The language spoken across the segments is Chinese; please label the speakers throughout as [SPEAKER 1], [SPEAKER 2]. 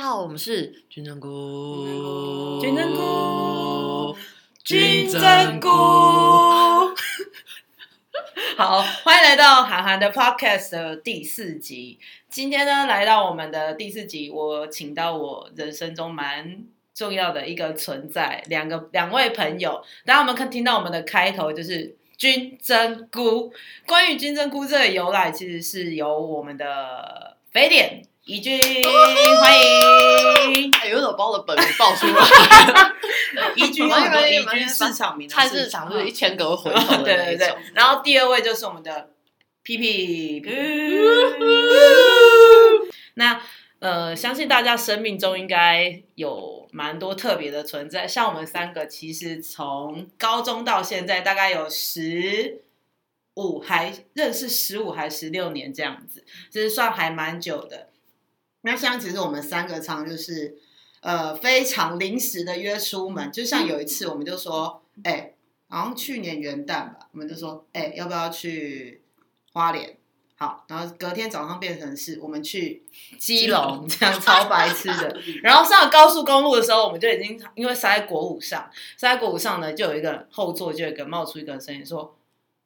[SPEAKER 1] 好，我们是军政菇，
[SPEAKER 2] 军政菇，
[SPEAKER 1] 军
[SPEAKER 2] 针
[SPEAKER 1] 政
[SPEAKER 2] 菇
[SPEAKER 1] 菇。
[SPEAKER 2] 好，欢迎来到韩寒的 Podcast 的第四集。今天呢，来到我们的第四集，我请到我人生中蛮重要的一个存在，两个两位朋友。大家有没有看听到我们的开头就是？军针菇，关于军针菇这个由来，其实是由我们的肥点怡君，欢迎。
[SPEAKER 1] 哎，有种把我的本名报出 来，
[SPEAKER 2] 宜居有
[SPEAKER 1] 蛮
[SPEAKER 2] 很多
[SPEAKER 1] 可以
[SPEAKER 2] 宜
[SPEAKER 1] 蛮
[SPEAKER 2] 居
[SPEAKER 1] 可以
[SPEAKER 2] 市场名啊，
[SPEAKER 1] 菜市场 是一千个会回
[SPEAKER 2] 嗯
[SPEAKER 1] 头
[SPEAKER 2] 对
[SPEAKER 1] 的那
[SPEAKER 2] 对
[SPEAKER 1] 一
[SPEAKER 2] 对
[SPEAKER 1] 种。。
[SPEAKER 2] 然后第二位就是我们的屁 屁，那呃，相信大家生命中应该有蛮多特别的存在，像我们三个其实从高中到现在大概有十。五还认识十五还十六年这样子，就是算还蛮久的。那像其实我们三个常就是呃非常临时的约出门，就像有一次我们就说，哎、好像去年元旦吧，我们就说，哎、要不要去花莲？好，然后隔天早上变成是我们去基隆，这样超白痴 的。然后上高速公路的时候，我们就已经因为塞在国五上，塞在国五上呢，就有一个人后座就有一个冒出一个声音说：“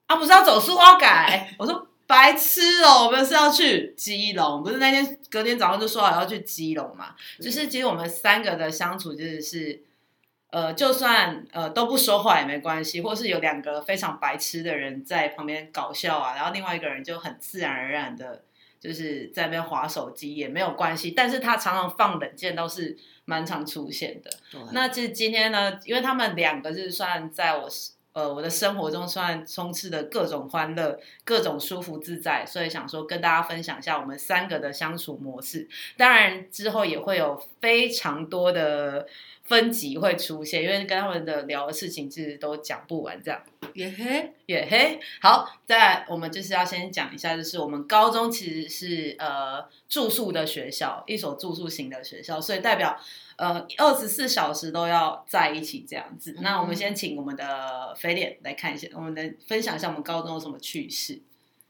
[SPEAKER 2] 啊，不是要走苏花改？” 我说：“白痴哦、我们是要去基隆，不是那天隔天早上就说好要去基隆嘛？”就是其实我们三个的相处就是是，呃，就算呃都不说话也没关系，或是有两个非常白痴的人在旁边搞笑啊，然后另外一个人就很自然而然的。就是在那边划手机也没有关系，但是他常常放冷箭倒是蛮常出现的。
[SPEAKER 1] 那
[SPEAKER 2] 那其实今天呢，因为他们两个是算在我呃我的生活中算充斥的各种欢乐、各种舒服自在，所以想说跟大家分享一下我们三个的相处模式。当然之后也会有非常多的分级会出现，因为跟他们的聊的事情其实都讲不完这样。
[SPEAKER 1] 也嘿，
[SPEAKER 2] 也嘿，好，再来，我们就是要先讲一下，就是我们高中其实是呃住宿的学校，一所住宿型的学校，所以代表呃二十四小时都要在一起这样子。那我
[SPEAKER 1] 嗯
[SPEAKER 2] 们先请我们的肥脸来看一下，我们来分享一下我们高中有什么趣事。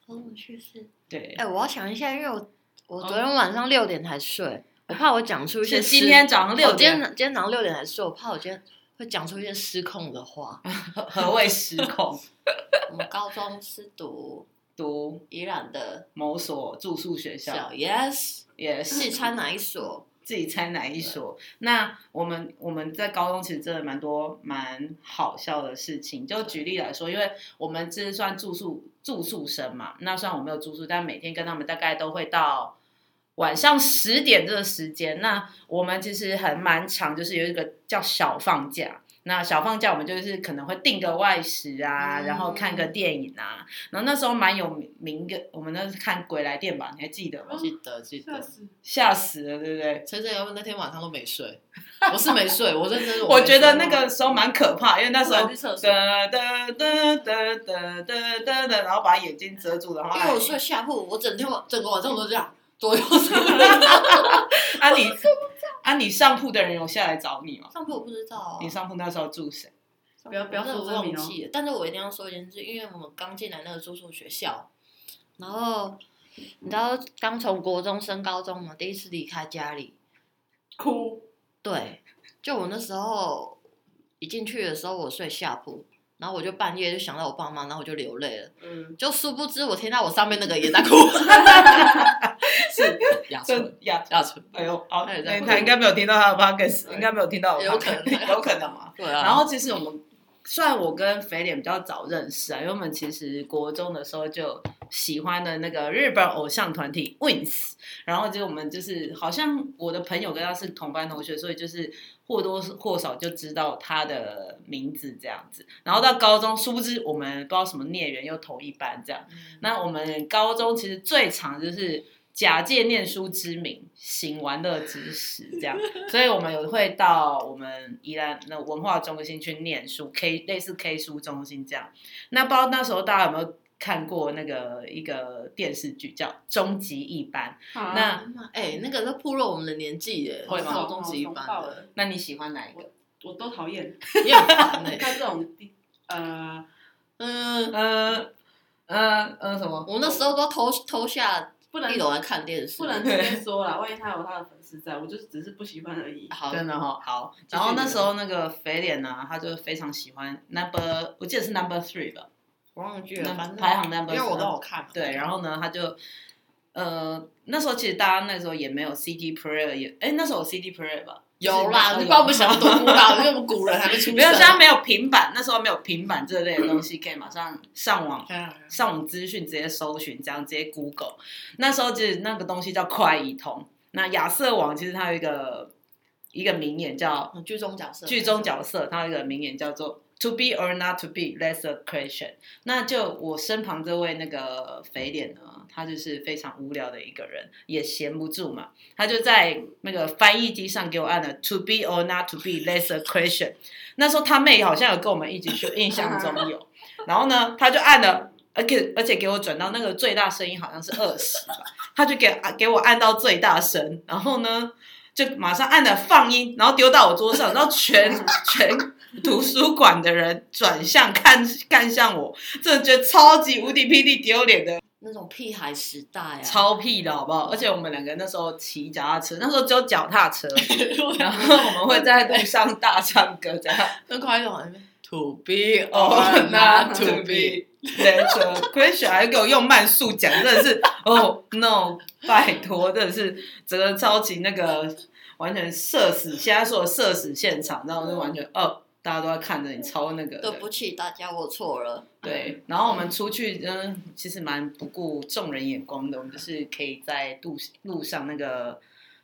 [SPEAKER 1] 我去世。
[SPEAKER 2] 对，
[SPEAKER 1] 哎，我要想一下，因为我我昨天晚上六点才睡，我怕我讲出一些
[SPEAKER 2] 是
[SPEAKER 1] 失
[SPEAKER 2] 今天早上
[SPEAKER 1] 我
[SPEAKER 2] 六
[SPEAKER 1] 哦今天
[SPEAKER 2] 点，
[SPEAKER 1] 今天早上六点才睡，我怕我今天会讲出一些失控的话。
[SPEAKER 2] 何何谓失控？
[SPEAKER 1] 我们高中是读
[SPEAKER 2] 读
[SPEAKER 1] 宜兰的
[SPEAKER 2] 某所住宿学校
[SPEAKER 1] 小 yes，
[SPEAKER 2] 也
[SPEAKER 1] 自己
[SPEAKER 2] 是
[SPEAKER 1] 穿哪一所？
[SPEAKER 2] 自己猜哪一所。那我们我们在高中其实真的蛮多蛮好笑的事情。就举例来说，因为我们这是算住宿住宿生嘛，那虽然我没有住宿，但每天跟他们大概都会到晚上十点这个时间。那我们其实很蛮长，就是有一个叫小放假。那小放假我们就是可能会订个外食啊，
[SPEAKER 1] 嗯
[SPEAKER 2] 然后看个电影啊。然后那时候蛮有名的，我们那是看《鬼来电》吧，你还记得吗？
[SPEAKER 3] 记得记得，
[SPEAKER 2] 吓死了，对不对？
[SPEAKER 3] 陈晨，要不那天晚上都没睡，我是没睡，我认真 是没睡，
[SPEAKER 2] 我觉得那个时候蛮可怕，因为那时候
[SPEAKER 3] 我去厕
[SPEAKER 1] 啊
[SPEAKER 3] 所
[SPEAKER 2] 哒哒哒哒哒哒哒哒，然后把眼睛遮住，然后
[SPEAKER 3] 因为我睡 下铺，我整天晚整个晚上我都这样，左右睡。
[SPEAKER 2] 啊你啊你上铺的人有下来找你吗？
[SPEAKER 3] 上铺我不知道啊
[SPEAKER 2] 你上铺那时候住谁？
[SPEAKER 3] 不要不要说
[SPEAKER 1] 我
[SPEAKER 3] 这
[SPEAKER 1] 忘
[SPEAKER 3] 名哦
[SPEAKER 1] 记了，但是我一定要说一件事，因为我们刚进来那个住宿学校，然后你知道刚从国中升高中嘛，第一次离开家里，
[SPEAKER 3] 哭，
[SPEAKER 1] 对，就我那时候一进去的时候，我睡下铺，然后我就半夜就想到我爸妈，然后我就流泪了，
[SPEAKER 3] 嗯，
[SPEAKER 1] 就殊不知我听到我上面那个也 在哭，
[SPEAKER 3] 是牙
[SPEAKER 2] 真
[SPEAKER 3] 唇
[SPEAKER 2] 呀，
[SPEAKER 3] 牙唇，
[SPEAKER 2] 哎呦，好，
[SPEAKER 3] 哎对
[SPEAKER 2] 他应该没有听到他的 podcast，
[SPEAKER 3] 对
[SPEAKER 2] 应该没有听到我的 podcast，
[SPEAKER 3] 有可能
[SPEAKER 2] 有可能嘛。
[SPEAKER 1] 对啊，
[SPEAKER 2] 然后其实我们虽然我跟肥脸比较早认识啊，因为我们其实国中的时候就喜欢的那个日本偶像团体 Wins，然后就我们就是好像我的朋友跟他是同班同学，所以就是或多或少就知道他的名字这样子。然后到高中，殊不知我们不知道什么孽缘又同一班这样。那我们高中其实最常就是假借念书之名行玩乐之实这样，所以我们有会到我们宜兰的文化中心去念书，K 类似 K 书中心这样。那不知道那时候大家有没有看过那个一个电视剧叫《终极一班》？那
[SPEAKER 1] 那哎、那个都暴露我们的年纪耶，
[SPEAKER 2] 会吗哦
[SPEAKER 1] 高中级一般的，
[SPEAKER 2] 那你喜欢哪一个？
[SPEAKER 4] 我都讨厌。
[SPEAKER 1] 也很烦哎、
[SPEAKER 4] 像这种地，呃，
[SPEAKER 1] 嗯，
[SPEAKER 2] 呃呃呃，什么？
[SPEAKER 1] 我那时候都偷偷下
[SPEAKER 4] 不能
[SPEAKER 1] 一楼在看电视，
[SPEAKER 4] 不能直接说了，万一他有他的粉丝在，我就是只是不喜欢而已。
[SPEAKER 1] 好，
[SPEAKER 2] 真的哦哈、好。然后那时候那个肥脸呢、他就非常喜欢 number，我记得是 number three 吧，
[SPEAKER 1] 我忘记
[SPEAKER 2] 那
[SPEAKER 1] 了，反正
[SPEAKER 2] 排行 number，
[SPEAKER 3] 因为我
[SPEAKER 2] three
[SPEAKER 3] 都有看嘛。
[SPEAKER 2] 对，然后呢，他就呃那时候其实大家那时候也没有 CD player，也哎那时候有 CD player 吧，
[SPEAKER 3] 有啦，
[SPEAKER 2] 就是
[SPEAKER 3] 你把我们想的多古老，因为我们古人还没出生。
[SPEAKER 2] 没有，现在没有平板，那时候没有平板这类的东西可以马上上网
[SPEAKER 3] 对啊
[SPEAKER 2] 上网资讯直接搜寻，这样直接 Google。那时候其实那个东西叫快易通。那亚瑟王其实它有一个一个名言叫
[SPEAKER 1] 嗯剧中角色，
[SPEAKER 2] 剧中角色，它有一个名言叫做 “To be or not to be, that's a question”。那就我身旁这位那个肥脸呢，他就是非常无聊的一个人，也闲不住嘛，他就在那个翻译机上给我按了 “To be or not to be, that's a question”。那时候他妹好像有跟我们一起去，印象中有。然后呢，他就按了，而且而且给我转到那个最大声音好像是二十吧，他就给啊给我按到最大声，然后呢就马上按了放音，然后丢到我桌上，然后全全图书馆的人转向看看向我，真的觉得超级无敌霹雳丢脸的，
[SPEAKER 1] 那种屁孩时代啊，
[SPEAKER 2] 超屁的好不好？而且我们两个那时候骑脚踏车，那时候只有脚踏车，然后我们会在路上大唱歌这样。
[SPEAKER 3] 那快一点往那
[SPEAKER 1] 哎
[SPEAKER 3] 边，To be
[SPEAKER 2] or
[SPEAKER 1] 哦
[SPEAKER 3] or
[SPEAKER 2] not
[SPEAKER 3] not
[SPEAKER 2] to
[SPEAKER 3] to
[SPEAKER 2] be
[SPEAKER 3] be。
[SPEAKER 2] That's a question，还给我用慢速讲，真的是 哦、no，拜托，真的是整个超级那个完全社死，现在说的社死现场，然后就完全哦，大家都在看着你，超那个
[SPEAKER 1] 对
[SPEAKER 2] 的
[SPEAKER 1] 不起大家，我错了。
[SPEAKER 2] 对。然后我们出去，嗯，其实蛮不顾众人眼光的，我们就是可以在路路上那个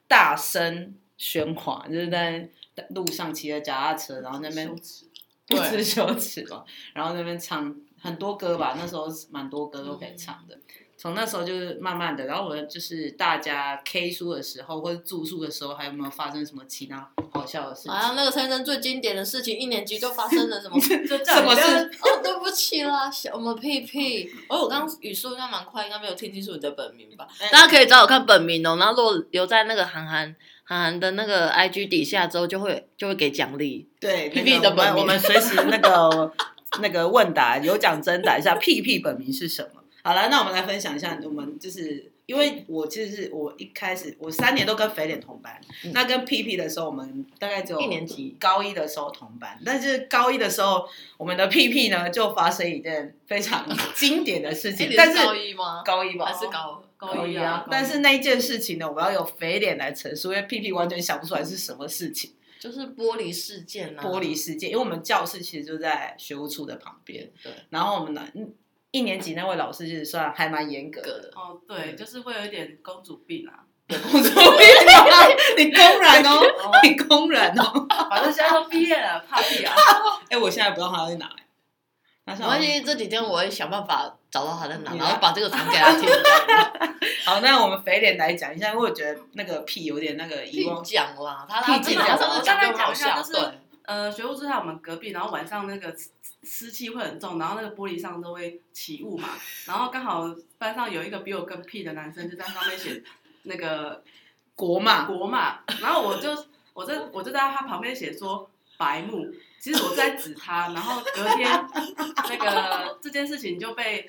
[SPEAKER 2] 大声喧哗，就是在路上骑着脚踏车，然后那边
[SPEAKER 4] 羞耻
[SPEAKER 2] 不
[SPEAKER 3] 对
[SPEAKER 2] 知羞耻嘛，然后那边唱很多歌吧，那时候是蛮多歌都可以唱的。从那时候就是慢慢的，然后我就是大家 K 书的时候，或者住宿的时候，还有没有发生什么其他好笑的事情？
[SPEAKER 1] 啊，那个先生最经典的事情，一年级就发生了什 么？
[SPEAKER 4] 就
[SPEAKER 2] 什
[SPEAKER 4] 叫你
[SPEAKER 2] 么
[SPEAKER 4] 不要
[SPEAKER 2] 事？
[SPEAKER 1] 哦，对不起啦，小我们屁屁。哦，我刚刚语速应该蛮快，应该没有听清楚你的本名吧？
[SPEAKER 2] 哎
[SPEAKER 1] 大家可以找我看本名哦。然后如果留在那个韩寒韩寒的那个 IG 底下之后，就会就会给奖励。
[SPEAKER 2] 对，
[SPEAKER 3] 屁
[SPEAKER 2] 那
[SPEAKER 3] 屁
[SPEAKER 2] 个
[SPEAKER 3] 的
[SPEAKER 2] 我
[SPEAKER 3] 本
[SPEAKER 2] 们
[SPEAKER 3] 名
[SPEAKER 2] 我们随时那个那个问答有奖征答一下，屁屁本名是什么？好了，那我们来分享一下，我们就是因为我其实是我一开始我三年都跟肥脸同班，
[SPEAKER 1] 嗯
[SPEAKER 2] 那跟屁屁的时候，我们大概只有
[SPEAKER 1] 一年级
[SPEAKER 2] 高一的时候同班，但是高一的时候，我们的屁屁呢就发生一件非常经典的事
[SPEAKER 1] 哎
[SPEAKER 2] 情，但
[SPEAKER 3] 你
[SPEAKER 2] 是
[SPEAKER 3] 高一
[SPEAKER 1] 啊
[SPEAKER 3] 吗？
[SPEAKER 2] 高一吧
[SPEAKER 3] 还。是高二？
[SPEAKER 4] 高一
[SPEAKER 2] 啊
[SPEAKER 4] 啊，
[SPEAKER 2] 但是那一件事情呢，我要有肥脸来陈述，因为屁屁完全想不出来是什么事情。
[SPEAKER 1] 就是玻璃事件啊，
[SPEAKER 2] 玻璃世嗯界，因为我们教室其实就在学务处的旁边。
[SPEAKER 1] 对，
[SPEAKER 2] 然后我们呢，嗯一年级那位老师就是算还蛮严格
[SPEAKER 1] 格
[SPEAKER 2] 的，
[SPEAKER 1] 的。
[SPEAKER 4] 哦，对，就是会有一点公主病啊。
[SPEAKER 2] 我说不要啊你公然哦， 你公然哦。
[SPEAKER 4] 反正现在都毕业了，怕屁啊！
[SPEAKER 2] 哎，我现在不知道他在哪，哎那
[SPEAKER 1] 没
[SPEAKER 2] 像
[SPEAKER 1] 关系，这几天我会想办法找到他在哪，
[SPEAKER 2] 你
[SPEAKER 1] 然
[SPEAKER 2] 来
[SPEAKER 1] 后把这个传给 他听。
[SPEAKER 2] 好，那我们肥脸来讲一下，因为我觉得那个屁有点那个遗
[SPEAKER 1] 屁
[SPEAKER 2] 忘。
[SPEAKER 1] 讲啦，他
[SPEAKER 2] 屁
[SPEAKER 1] 他真的他上次讲哦
[SPEAKER 2] 讲
[SPEAKER 4] 我大
[SPEAKER 1] 就
[SPEAKER 4] 概
[SPEAKER 1] 很好
[SPEAKER 4] 讲一下
[SPEAKER 1] 笑，
[SPEAKER 4] 就是
[SPEAKER 1] 对，
[SPEAKER 4] 呃，学务处在我们隔壁，然后晚上那个湿湿气会很重，然后那个玻璃上都会起雾嘛。然后刚好班上有一个比我更屁的男生，就在上 面写那个
[SPEAKER 2] 国骂，
[SPEAKER 4] 国骂，然后我就我在我就在他旁边写说白目。其实我在指他，然后隔天那个这件事情就被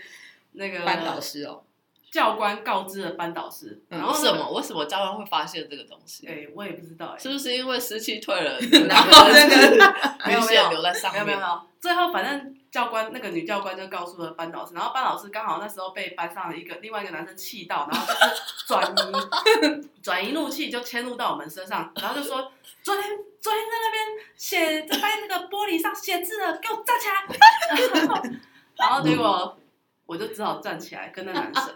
[SPEAKER 4] 那个
[SPEAKER 2] 班导师哦，
[SPEAKER 4] 教官告知了班导师，
[SPEAKER 2] 嗯
[SPEAKER 4] 然后
[SPEAKER 3] 为
[SPEAKER 4] 那
[SPEAKER 3] 什
[SPEAKER 4] 个？
[SPEAKER 3] 么？为什么教官会发现这个东西？
[SPEAKER 4] 哎，我也不知道哎。
[SPEAKER 3] 是不是因为湿气退了，
[SPEAKER 2] 然后 那个
[SPEAKER 3] 没有没有留在上
[SPEAKER 4] 没有
[SPEAKER 3] 面？
[SPEAKER 4] 没有没有，最后反正教官那个女教官就告诉了班导师，然后班导师刚好那时候被班上的一个另外一个男生气到，然后就是转移转移怒气就迁怒到我们身上，然后就说昨天昨天在那边写在那个玻璃上写字了，给我站起来，然后
[SPEAKER 3] 嗯
[SPEAKER 4] 然后结果我就只好站起来跟那男生，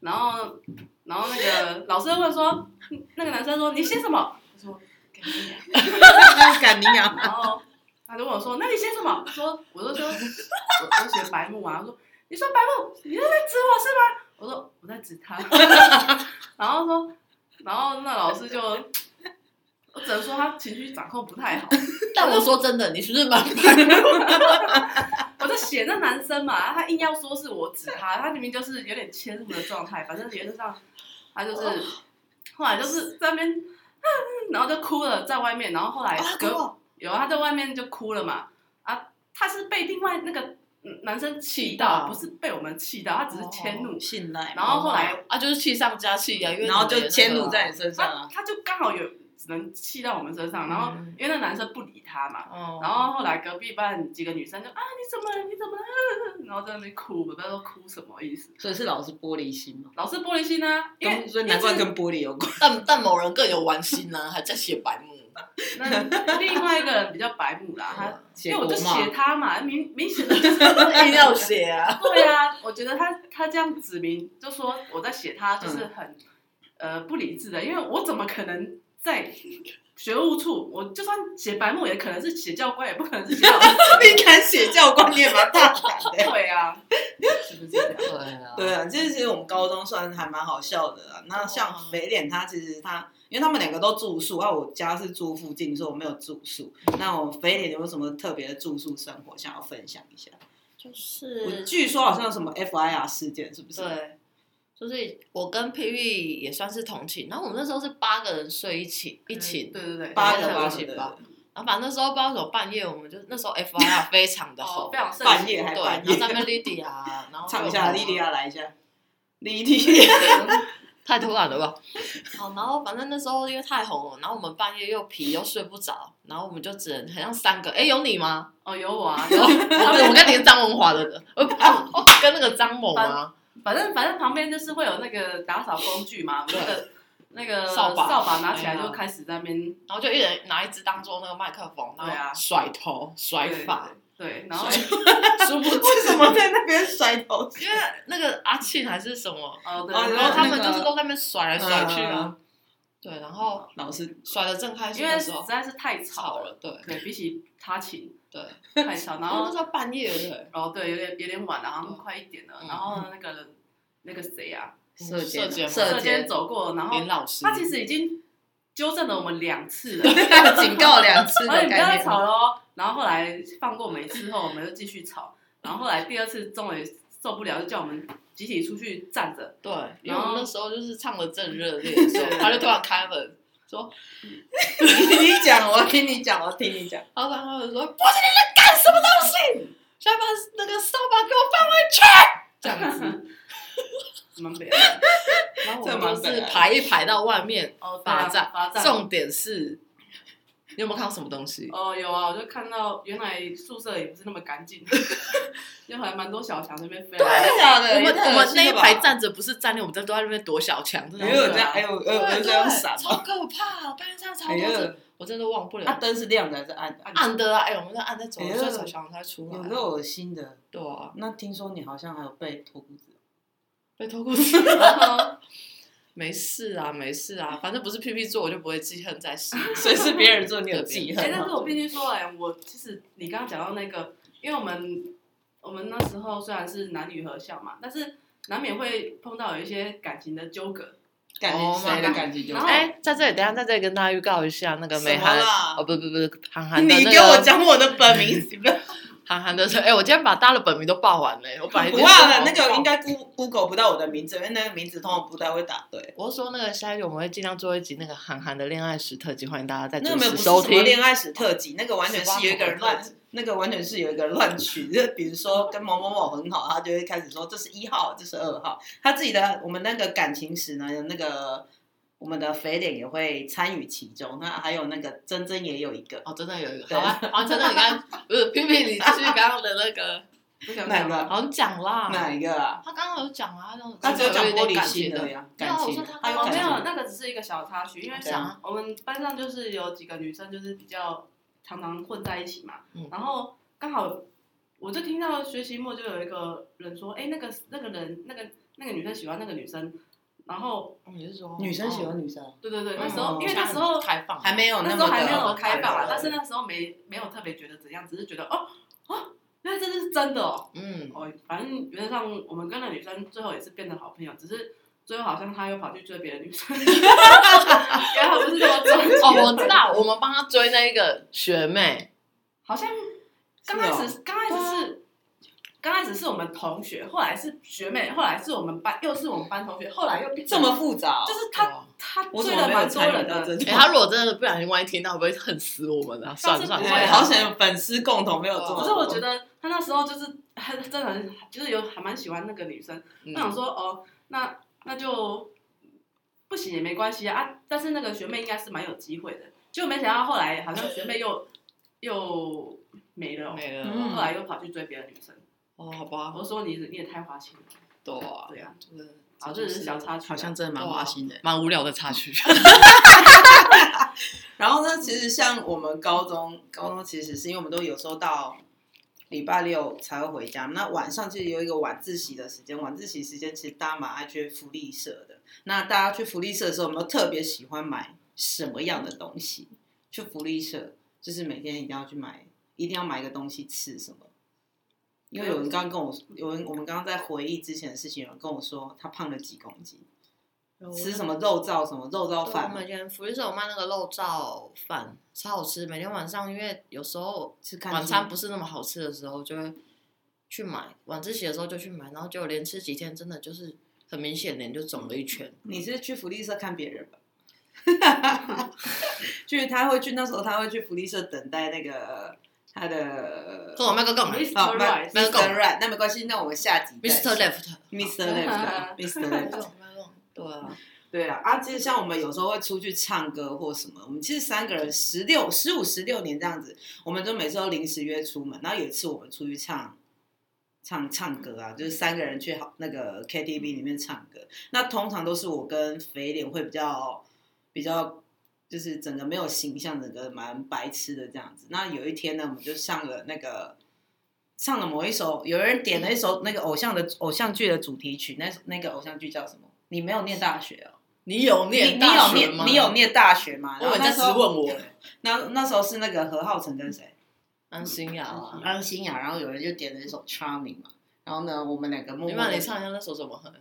[SPEAKER 4] 然后然后那个老师就问说， 那个男生说你写什么？我说给你啊。
[SPEAKER 2] 赶你 啊！
[SPEAKER 4] 然后他就问我说：“那你写什么？”我说：“我就说，我我写白目啊。”他说：“你说白目，你是在指我是吗？”我说：“我在指他。” 然后说，然后那老师就，我只能说他情绪掌控不太好。
[SPEAKER 1] 但我说真的，你是不是蛮
[SPEAKER 4] 我就写那男生嘛，他硬要说是我指他，他明明就是有点迁怒的状态，反正原则上他就是后来就是在那边，然后就哭了，在外面，
[SPEAKER 2] 哎
[SPEAKER 4] 然后后来
[SPEAKER 3] 啊，
[SPEAKER 4] 隔
[SPEAKER 3] 给我
[SPEAKER 4] 有啊，他在外面就哭了嘛。啊，他是被另外那个嗯男生气
[SPEAKER 3] 气
[SPEAKER 4] 到，
[SPEAKER 3] 到哦
[SPEAKER 4] 不是被我们气到，他只是迁怒。
[SPEAKER 2] 信赖嘛，
[SPEAKER 4] 然后后来
[SPEAKER 3] 啊，就是气上加气啊呀、因为
[SPEAKER 2] 然后
[SPEAKER 3] 你
[SPEAKER 2] 就
[SPEAKER 3] 的
[SPEAKER 2] 迁
[SPEAKER 3] 那个
[SPEAKER 2] 怒在你身上
[SPEAKER 4] 他
[SPEAKER 2] 啊，
[SPEAKER 4] 他就刚好有只能气到我们身上，然后
[SPEAKER 3] 嗯
[SPEAKER 4] 因为那男生不理他嘛，
[SPEAKER 3] 哦，
[SPEAKER 4] 然后后来隔壁班几个女生就啊你怎么了你怎么了， 然后在那边哭，我不知道哭什么意思。
[SPEAKER 2] 所以是老是玻璃心嘛，
[SPEAKER 4] 老是玻璃心啊，因为
[SPEAKER 2] 跟所以难怪跟玻璃有关。
[SPEAKER 3] 但但某人更有玩心呢、 还在写白目。啊
[SPEAKER 4] 那另外一个人比较白目啦，他
[SPEAKER 2] 啊
[SPEAKER 4] 因为我就
[SPEAKER 2] 写国骂
[SPEAKER 4] 写他嘛，明明显的就是
[SPEAKER 3] 硬要写啊，
[SPEAKER 4] 对啊，我觉得他他这样指明就说我在写他就是
[SPEAKER 1] 嗯
[SPEAKER 4] 很、呃不理智的，因为我怎么可能在学务处，我就算写白目也可能是写教官，也不可能是写 老师。
[SPEAKER 2] 你敢写教官，你也蛮大胆的。
[SPEAKER 4] 对啊，是不是这样？
[SPEAKER 3] 对啊
[SPEAKER 2] 对啊，其实其实我们高中算还蛮好笑的啦。那像肥脸，他其实他，因为他们两个都住宿，啊，我家是住附近，所以我没有住宿。那我肥脸有没有什么特别的住宿生活想要分享一下？
[SPEAKER 1] 就
[SPEAKER 2] 我
[SPEAKER 1] 是
[SPEAKER 2] 据说好像有什么 FIR 事件，是不是？
[SPEAKER 1] 对，就是我跟霹雳也算是同寝，然后我们那时候是八个人睡一起
[SPEAKER 4] 嗯
[SPEAKER 1] 一寝，
[SPEAKER 4] 对对对，
[SPEAKER 2] 八
[SPEAKER 1] 个
[SPEAKER 2] 个
[SPEAKER 1] 吧
[SPEAKER 2] 八
[SPEAKER 1] 对
[SPEAKER 2] 个
[SPEAKER 1] 对
[SPEAKER 2] 吧，
[SPEAKER 1] 然后啊反正那时候不知道为什么半夜，我们就那时候 FIR 非常的
[SPEAKER 4] 哦
[SPEAKER 1] 红，，
[SPEAKER 4] 非常盛
[SPEAKER 2] 半
[SPEAKER 4] 行。
[SPEAKER 2] 夜还
[SPEAKER 1] 对，然
[SPEAKER 2] 半
[SPEAKER 1] 后
[SPEAKER 2] 夜，
[SPEAKER 1] 上面 Lydia，然啊后
[SPEAKER 2] 唱一
[SPEAKER 1] 就
[SPEAKER 2] 下
[SPEAKER 1] 我
[SPEAKER 2] 莉莉亚来一下，莉莉亚
[SPEAKER 1] 太突然了吧？ 好，然后反正那时候因为太红了，然后我们半夜又皮又睡不着，然后我们就只能很像三个，哎，有你吗？
[SPEAKER 4] 哦，有我啊，
[SPEAKER 1] 然后我我跟你是张文华的，呃， 啊哦跟那个张某吗？
[SPEAKER 4] 反正反正旁边就是会有那个打扫工具嘛，那个那个
[SPEAKER 1] 扫把
[SPEAKER 4] 扫把拿起来
[SPEAKER 3] 对啊
[SPEAKER 4] 就开始在那边
[SPEAKER 1] 然后就一人拿一支当做那个麦克风，
[SPEAKER 4] 对
[SPEAKER 1] 然
[SPEAKER 4] 啊
[SPEAKER 1] 后甩头甩发，
[SPEAKER 4] 对，然后
[SPEAKER 1] 殊不知
[SPEAKER 2] 为什么在那边甩头？
[SPEAKER 1] 因为那个阿庆还是什么，
[SPEAKER 4] 哦对，
[SPEAKER 2] 哦
[SPEAKER 1] 然
[SPEAKER 2] 然
[SPEAKER 1] 后
[SPEAKER 2] 后
[SPEAKER 1] 他
[SPEAKER 2] 那
[SPEAKER 1] 们
[SPEAKER 2] 个嗯
[SPEAKER 1] 就是都在那边甩来甩去啊，对，然后
[SPEAKER 2] 老师，
[SPEAKER 1] 甩的正开心
[SPEAKER 4] 因为
[SPEAKER 1] 的
[SPEAKER 4] 实
[SPEAKER 1] 时候
[SPEAKER 4] 在是太吵
[SPEAKER 1] 吵
[SPEAKER 4] 了，
[SPEAKER 1] 了，对
[SPEAKER 4] 对比起他请
[SPEAKER 1] 对，
[SPEAKER 4] 太吵，然
[SPEAKER 1] 然后那
[SPEAKER 4] 后
[SPEAKER 1] 时候半夜对，
[SPEAKER 4] 哦对，有点有点晚了，好像快一点了，
[SPEAKER 1] 嗯
[SPEAKER 4] 然后那个那个谁啊，
[SPEAKER 2] 射箭
[SPEAKER 1] 射
[SPEAKER 2] 啊
[SPEAKER 1] 箭吗
[SPEAKER 2] 射
[SPEAKER 4] 射箭走过，然后
[SPEAKER 1] 林老师，
[SPEAKER 4] 他其实已经纠正了我们两次 了，然
[SPEAKER 2] 警告两次
[SPEAKER 4] 后你不要再吵了哦，然后后来放过我们一次后，我们就继续吵，然后后来第二次终于受不了，就叫我们集体出去站着，
[SPEAKER 1] 对，因为我
[SPEAKER 4] 然后
[SPEAKER 1] 们那时候就是唱的正热烈的时候，他就突然开门说，
[SPEAKER 2] 你讲，我听你讲，我听你讲。
[SPEAKER 1] 老板他们说，不是你在干什么东西？下把那个扫把给我放回去，这样 子，
[SPEAKER 4] 蛮 北
[SPEAKER 1] 然后
[SPEAKER 2] 这
[SPEAKER 1] 我
[SPEAKER 2] 蛮
[SPEAKER 1] 们就
[SPEAKER 2] 本
[SPEAKER 1] 是
[SPEAKER 2] 来的
[SPEAKER 1] 排一排到外面，
[SPEAKER 4] 哦
[SPEAKER 1] 罚
[SPEAKER 4] 站
[SPEAKER 1] 站
[SPEAKER 4] 罚站，
[SPEAKER 1] 重点是，你有没有看到什么东西？
[SPEAKER 4] 哦，有啊，我就看到原来宿舍也不是那么干 净，就还蛮多小强在那边飞来飞去。
[SPEAKER 2] 假的
[SPEAKER 1] 我们我们那一排
[SPEAKER 2] 站，
[SPEAKER 1] 站着不是站立，我们在都在那边躲小强，真的
[SPEAKER 2] 哎
[SPEAKER 1] 是。啊
[SPEAKER 2] 呦这样，哎呦，哎呦，
[SPEAKER 1] 对
[SPEAKER 2] 这样闪
[SPEAKER 1] 对，
[SPEAKER 2] 哦，
[SPEAKER 1] 超可怕，半夜上超
[SPEAKER 2] 哎
[SPEAKER 1] 多人，
[SPEAKER 2] 呦，啊
[SPEAKER 1] 我真的忘不
[SPEAKER 2] 那
[SPEAKER 1] 了。
[SPEAKER 2] 灯是亮的还是暗的？
[SPEAKER 1] 暗的啊，哎，我们在暗在走，
[SPEAKER 2] 哎呦
[SPEAKER 1] 所以小强才出
[SPEAKER 2] 有
[SPEAKER 1] 来
[SPEAKER 2] 个
[SPEAKER 1] 啊。
[SPEAKER 2] 恶心的。
[SPEAKER 1] 对啊，
[SPEAKER 2] 那听说你好像还有被脱裤子，
[SPEAKER 1] 被偷故事。
[SPEAKER 4] 然 后
[SPEAKER 1] 没事啊，没事啊，
[SPEAKER 2] 嗯
[SPEAKER 1] 反正不是 PP 做，我就不会记恨在 心。
[SPEAKER 2] 所以是别人做你有记
[SPEAKER 4] 哎、
[SPEAKER 2] 恨
[SPEAKER 4] 但是
[SPEAKER 2] 吗？
[SPEAKER 4] 我必须说，哎，我其实你刚刚讲到那个，因为我们我们那时候虽然是男女合校嘛，但是难免会碰到有一些感情的纠葛。
[SPEAKER 2] 感
[SPEAKER 1] 哦
[SPEAKER 2] 觉啊谁的感觉就
[SPEAKER 4] 然后
[SPEAKER 1] 哎、在这里，等一下在这里跟大家预告一下，那个
[SPEAKER 2] 什
[SPEAKER 1] 美
[SPEAKER 2] 么
[SPEAKER 1] 涵，
[SPEAKER 2] 啦
[SPEAKER 1] 哦不不不，韩寒的
[SPEAKER 2] 你
[SPEAKER 1] 那
[SPEAKER 2] 给我
[SPEAKER 1] 个
[SPEAKER 2] 讲我的本名，你不要
[SPEAKER 1] 韩寒的是，哎、我今天把大家的本名都报完了、我本来已
[SPEAKER 2] 不
[SPEAKER 1] 经
[SPEAKER 2] 要了，
[SPEAKER 1] 说
[SPEAKER 2] 那个应该 Goo- Google 不到我的名字，因为那个名字通常不太会打对。
[SPEAKER 1] 我是说那个下一集我们会尽量做一集那个韩寒的恋爱史特辑，欢迎大家再
[SPEAKER 2] 那
[SPEAKER 1] 准
[SPEAKER 2] 个没有
[SPEAKER 1] 时
[SPEAKER 2] 不是
[SPEAKER 1] 收
[SPEAKER 2] 什么
[SPEAKER 1] 听。
[SPEAKER 2] 恋爱史特辑，那个完全
[SPEAKER 1] 十八
[SPEAKER 2] 是有一个人
[SPEAKER 1] 种的
[SPEAKER 2] 乱
[SPEAKER 1] 特，
[SPEAKER 2] 那个完全是有一个人乱取， 就是比如说跟某某某很好，他就会开始说这是一号，这是二号，他自己的我们那个感情史呢，有那个我们的肥脸也会参与其中，那还有那个珍珍也有一个，
[SPEAKER 1] 哦，真的有一个，
[SPEAKER 2] 对
[SPEAKER 1] 好吧，好，真的你刚不是 PP，你继续刚刚的那 个，
[SPEAKER 4] 不啊想
[SPEAKER 2] 哪
[SPEAKER 4] 讲
[SPEAKER 2] 个
[SPEAKER 4] 了。
[SPEAKER 1] 好像讲啦，
[SPEAKER 2] 哪一个啊？
[SPEAKER 1] 他刚刚有讲啊，那种
[SPEAKER 2] 他只有讲
[SPEAKER 1] 有一
[SPEAKER 2] 玻
[SPEAKER 1] 点
[SPEAKER 2] 璃
[SPEAKER 1] 感
[SPEAKER 2] 心
[SPEAKER 1] 情
[SPEAKER 2] 而
[SPEAKER 1] 的
[SPEAKER 2] 已，啊，
[SPEAKER 1] 没有
[SPEAKER 2] 感
[SPEAKER 1] 我
[SPEAKER 2] 情
[SPEAKER 1] 说他，
[SPEAKER 2] 还有
[SPEAKER 4] 哦，
[SPEAKER 2] 感
[SPEAKER 4] 没
[SPEAKER 2] 情
[SPEAKER 4] 有，
[SPEAKER 2] 的，
[SPEAKER 4] 那个只是一个小插曲，因为
[SPEAKER 1] 对啊
[SPEAKER 4] 我们班上就是有几个女生，就是比较常常混在一起嘛。
[SPEAKER 1] 嗯
[SPEAKER 4] 然后刚好我就听到学期末就有一个人说，哎、那个那个人，那个那个女生喜欢那个女生。然后，
[SPEAKER 1] 哦你是说
[SPEAKER 2] 女生喜
[SPEAKER 1] 哦
[SPEAKER 2] 欢女生啊，
[SPEAKER 4] 对对对，
[SPEAKER 1] 嗯
[SPEAKER 4] 那时候、
[SPEAKER 2] 哦
[SPEAKER 4] 因为那时候
[SPEAKER 1] 开放啊，
[SPEAKER 2] 还没有
[SPEAKER 4] 那
[SPEAKER 2] 那
[SPEAKER 4] 时
[SPEAKER 2] 么
[SPEAKER 4] 候
[SPEAKER 2] 的哦
[SPEAKER 4] 还没有那么开放啊，
[SPEAKER 1] 对
[SPEAKER 4] 但是那时候没没有特别觉得怎样，只是觉得哦哦，原来这是真的哦。
[SPEAKER 1] 嗯，
[SPEAKER 4] 哦，反正原则上我们跟那女生最后也是变成好朋友，只是最后好像她又跑去追别的女生， 然后不是那么专情
[SPEAKER 1] 哦，我知道，我们帮他追那个学 妹，
[SPEAKER 4] 好像刚开始
[SPEAKER 2] 哦
[SPEAKER 4] 刚开始是。刚开始是我们同学，后来是学妹，后来是我们班，又是我们班同学，后来又 变
[SPEAKER 2] 这
[SPEAKER 4] 成
[SPEAKER 2] 么复杂哦，
[SPEAKER 4] 就是他
[SPEAKER 1] 哎、
[SPEAKER 4] 他
[SPEAKER 2] 我
[SPEAKER 4] 追
[SPEAKER 2] 怎么
[SPEAKER 4] 了
[SPEAKER 2] 没有
[SPEAKER 4] 蛮多
[SPEAKER 2] 参与
[SPEAKER 4] 人
[SPEAKER 2] 到
[SPEAKER 4] 的，
[SPEAKER 2] 这种？
[SPEAKER 1] 他如果真的不小心万一听到，会不会恨死我们啊？算了
[SPEAKER 4] 上次
[SPEAKER 1] 算
[SPEAKER 4] 不
[SPEAKER 1] 了，
[SPEAKER 4] 会
[SPEAKER 1] 算
[SPEAKER 2] 对，
[SPEAKER 1] 了
[SPEAKER 4] 啊
[SPEAKER 2] 好险粉丝共同没有做。
[SPEAKER 4] 可是我觉得他那时候就是还真的很就是有还蛮喜欢那个女生，
[SPEAKER 3] 嗯
[SPEAKER 4] 我想说哦，那那就不行也没关系啊啊但是那个学妹应该是蛮有机会的，结果没想到后来好像学妹又又没了、哦，
[SPEAKER 3] 没了，
[SPEAKER 2] 嗯
[SPEAKER 4] 后来又跑去追别的女生。
[SPEAKER 3] 哦，好吧，
[SPEAKER 4] 我说你你也太花心了，
[SPEAKER 3] 对啊，
[SPEAKER 4] 对啊，
[SPEAKER 3] 真的
[SPEAKER 4] 好，这只是小插曲啊。
[SPEAKER 2] 好像真的蛮花心的。
[SPEAKER 3] 蛮无聊的插曲，
[SPEAKER 2] 然后呢，其实像我们高中，高中其实是因为我们都有时候到礼拜六才会回家，那晚上其实有一个晚自习的时间，晚自习时间其实大家蛮爱去福利社的。那大家去福利社的时候，我们都特别喜欢买什么样的东西？去福利社就是每天一定要去买，一定要买一个东西吃什么。因为有人刚刚跟我，有人我们刚刚在回忆之前的事情，有人跟我说他胖了几公斤， 吃什么肉燥什么肉燥
[SPEAKER 1] 对我
[SPEAKER 2] 饭嘛，
[SPEAKER 1] 每天福利社有卖那个肉燥饭，超好吃。每天晚上，因为有时候
[SPEAKER 2] 是看
[SPEAKER 1] 晚
[SPEAKER 2] 书
[SPEAKER 1] 餐不是那么好吃的时候，就会去买。晚自习的时候就去买，然后就连吃几天，真的就是很明显脸就肿了一圈。
[SPEAKER 2] 你是去福利社看别人吧？去他会去那时候他会去福利社等待那个他的
[SPEAKER 1] 跟我麦克杠
[SPEAKER 4] Mr.
[SPEAKER 2] 好
[SPEAKER 4] Right
[SPEAKER 2] Mr.
[SPEAKER 1] Malcolm
[SPEAKER 2] Right，那没关系，那我们下集再
[SPEAKER 1] ，Mr.
[SPEAKER 2] 说
[SPEAKER 1] Left，
[SPEAKER 2] Mr. Left Mr.
[SPEAKER 1] 麦
[SPEAKER 2] Left
[SPEAKER 1] 克麦克对啊，
[SPEAKER 2] 对啊，啊，其实像我们有时候会出去唱歌或什么，我们其实三个人十六、十五、十六年这样子，我们就每次都临时约出门。然后有一次我们出去唱唱唱歌啊，就是三个人去好那个 KTV 里面唱歌。那通常都是我跟肥脸会比较比较，就是整个没有形象，整个蛮白痴的这样子。那有一天呢，我们就上了那个。唱了某一首，有人点了一首那个偶像的偶像剧的主题曲，那那个偶像剧叫什么？你没有念大学哦？
[SPEAKER 3] 你有
[SPEAKER 2] 你
[SPEAKER 3] 念
[SPEAKER 2] 你有
[SPEAKER 3] 大学吗？
[SPEAKER 2] 念你有念大学吗？
[SPEAKER 3] 我以为你
[SPEAKER 2] 那
[SPEAKER 3] 在
[SPEAKER 2] 时
[SPEAKER 3] 质
[SPEAKER 2] 候
[SPEAKER 3] 问我，
[SPEAKER 2] 那那时候是那个何浩晨跟谁？
[SPEAKER 1] 安心雅啊。
[SPEAKER 2] 安心雅，然后有人就点了一首《Charming》嘛，然后嗯呢，我们两个默
[SPEAKER 1] 你
[SPEAKER 2] 默
[SPEAKER 1] 帮
[SPEAKER 2] 地
[SPEAKER 1] 你唱嗯一下那首怎么哼？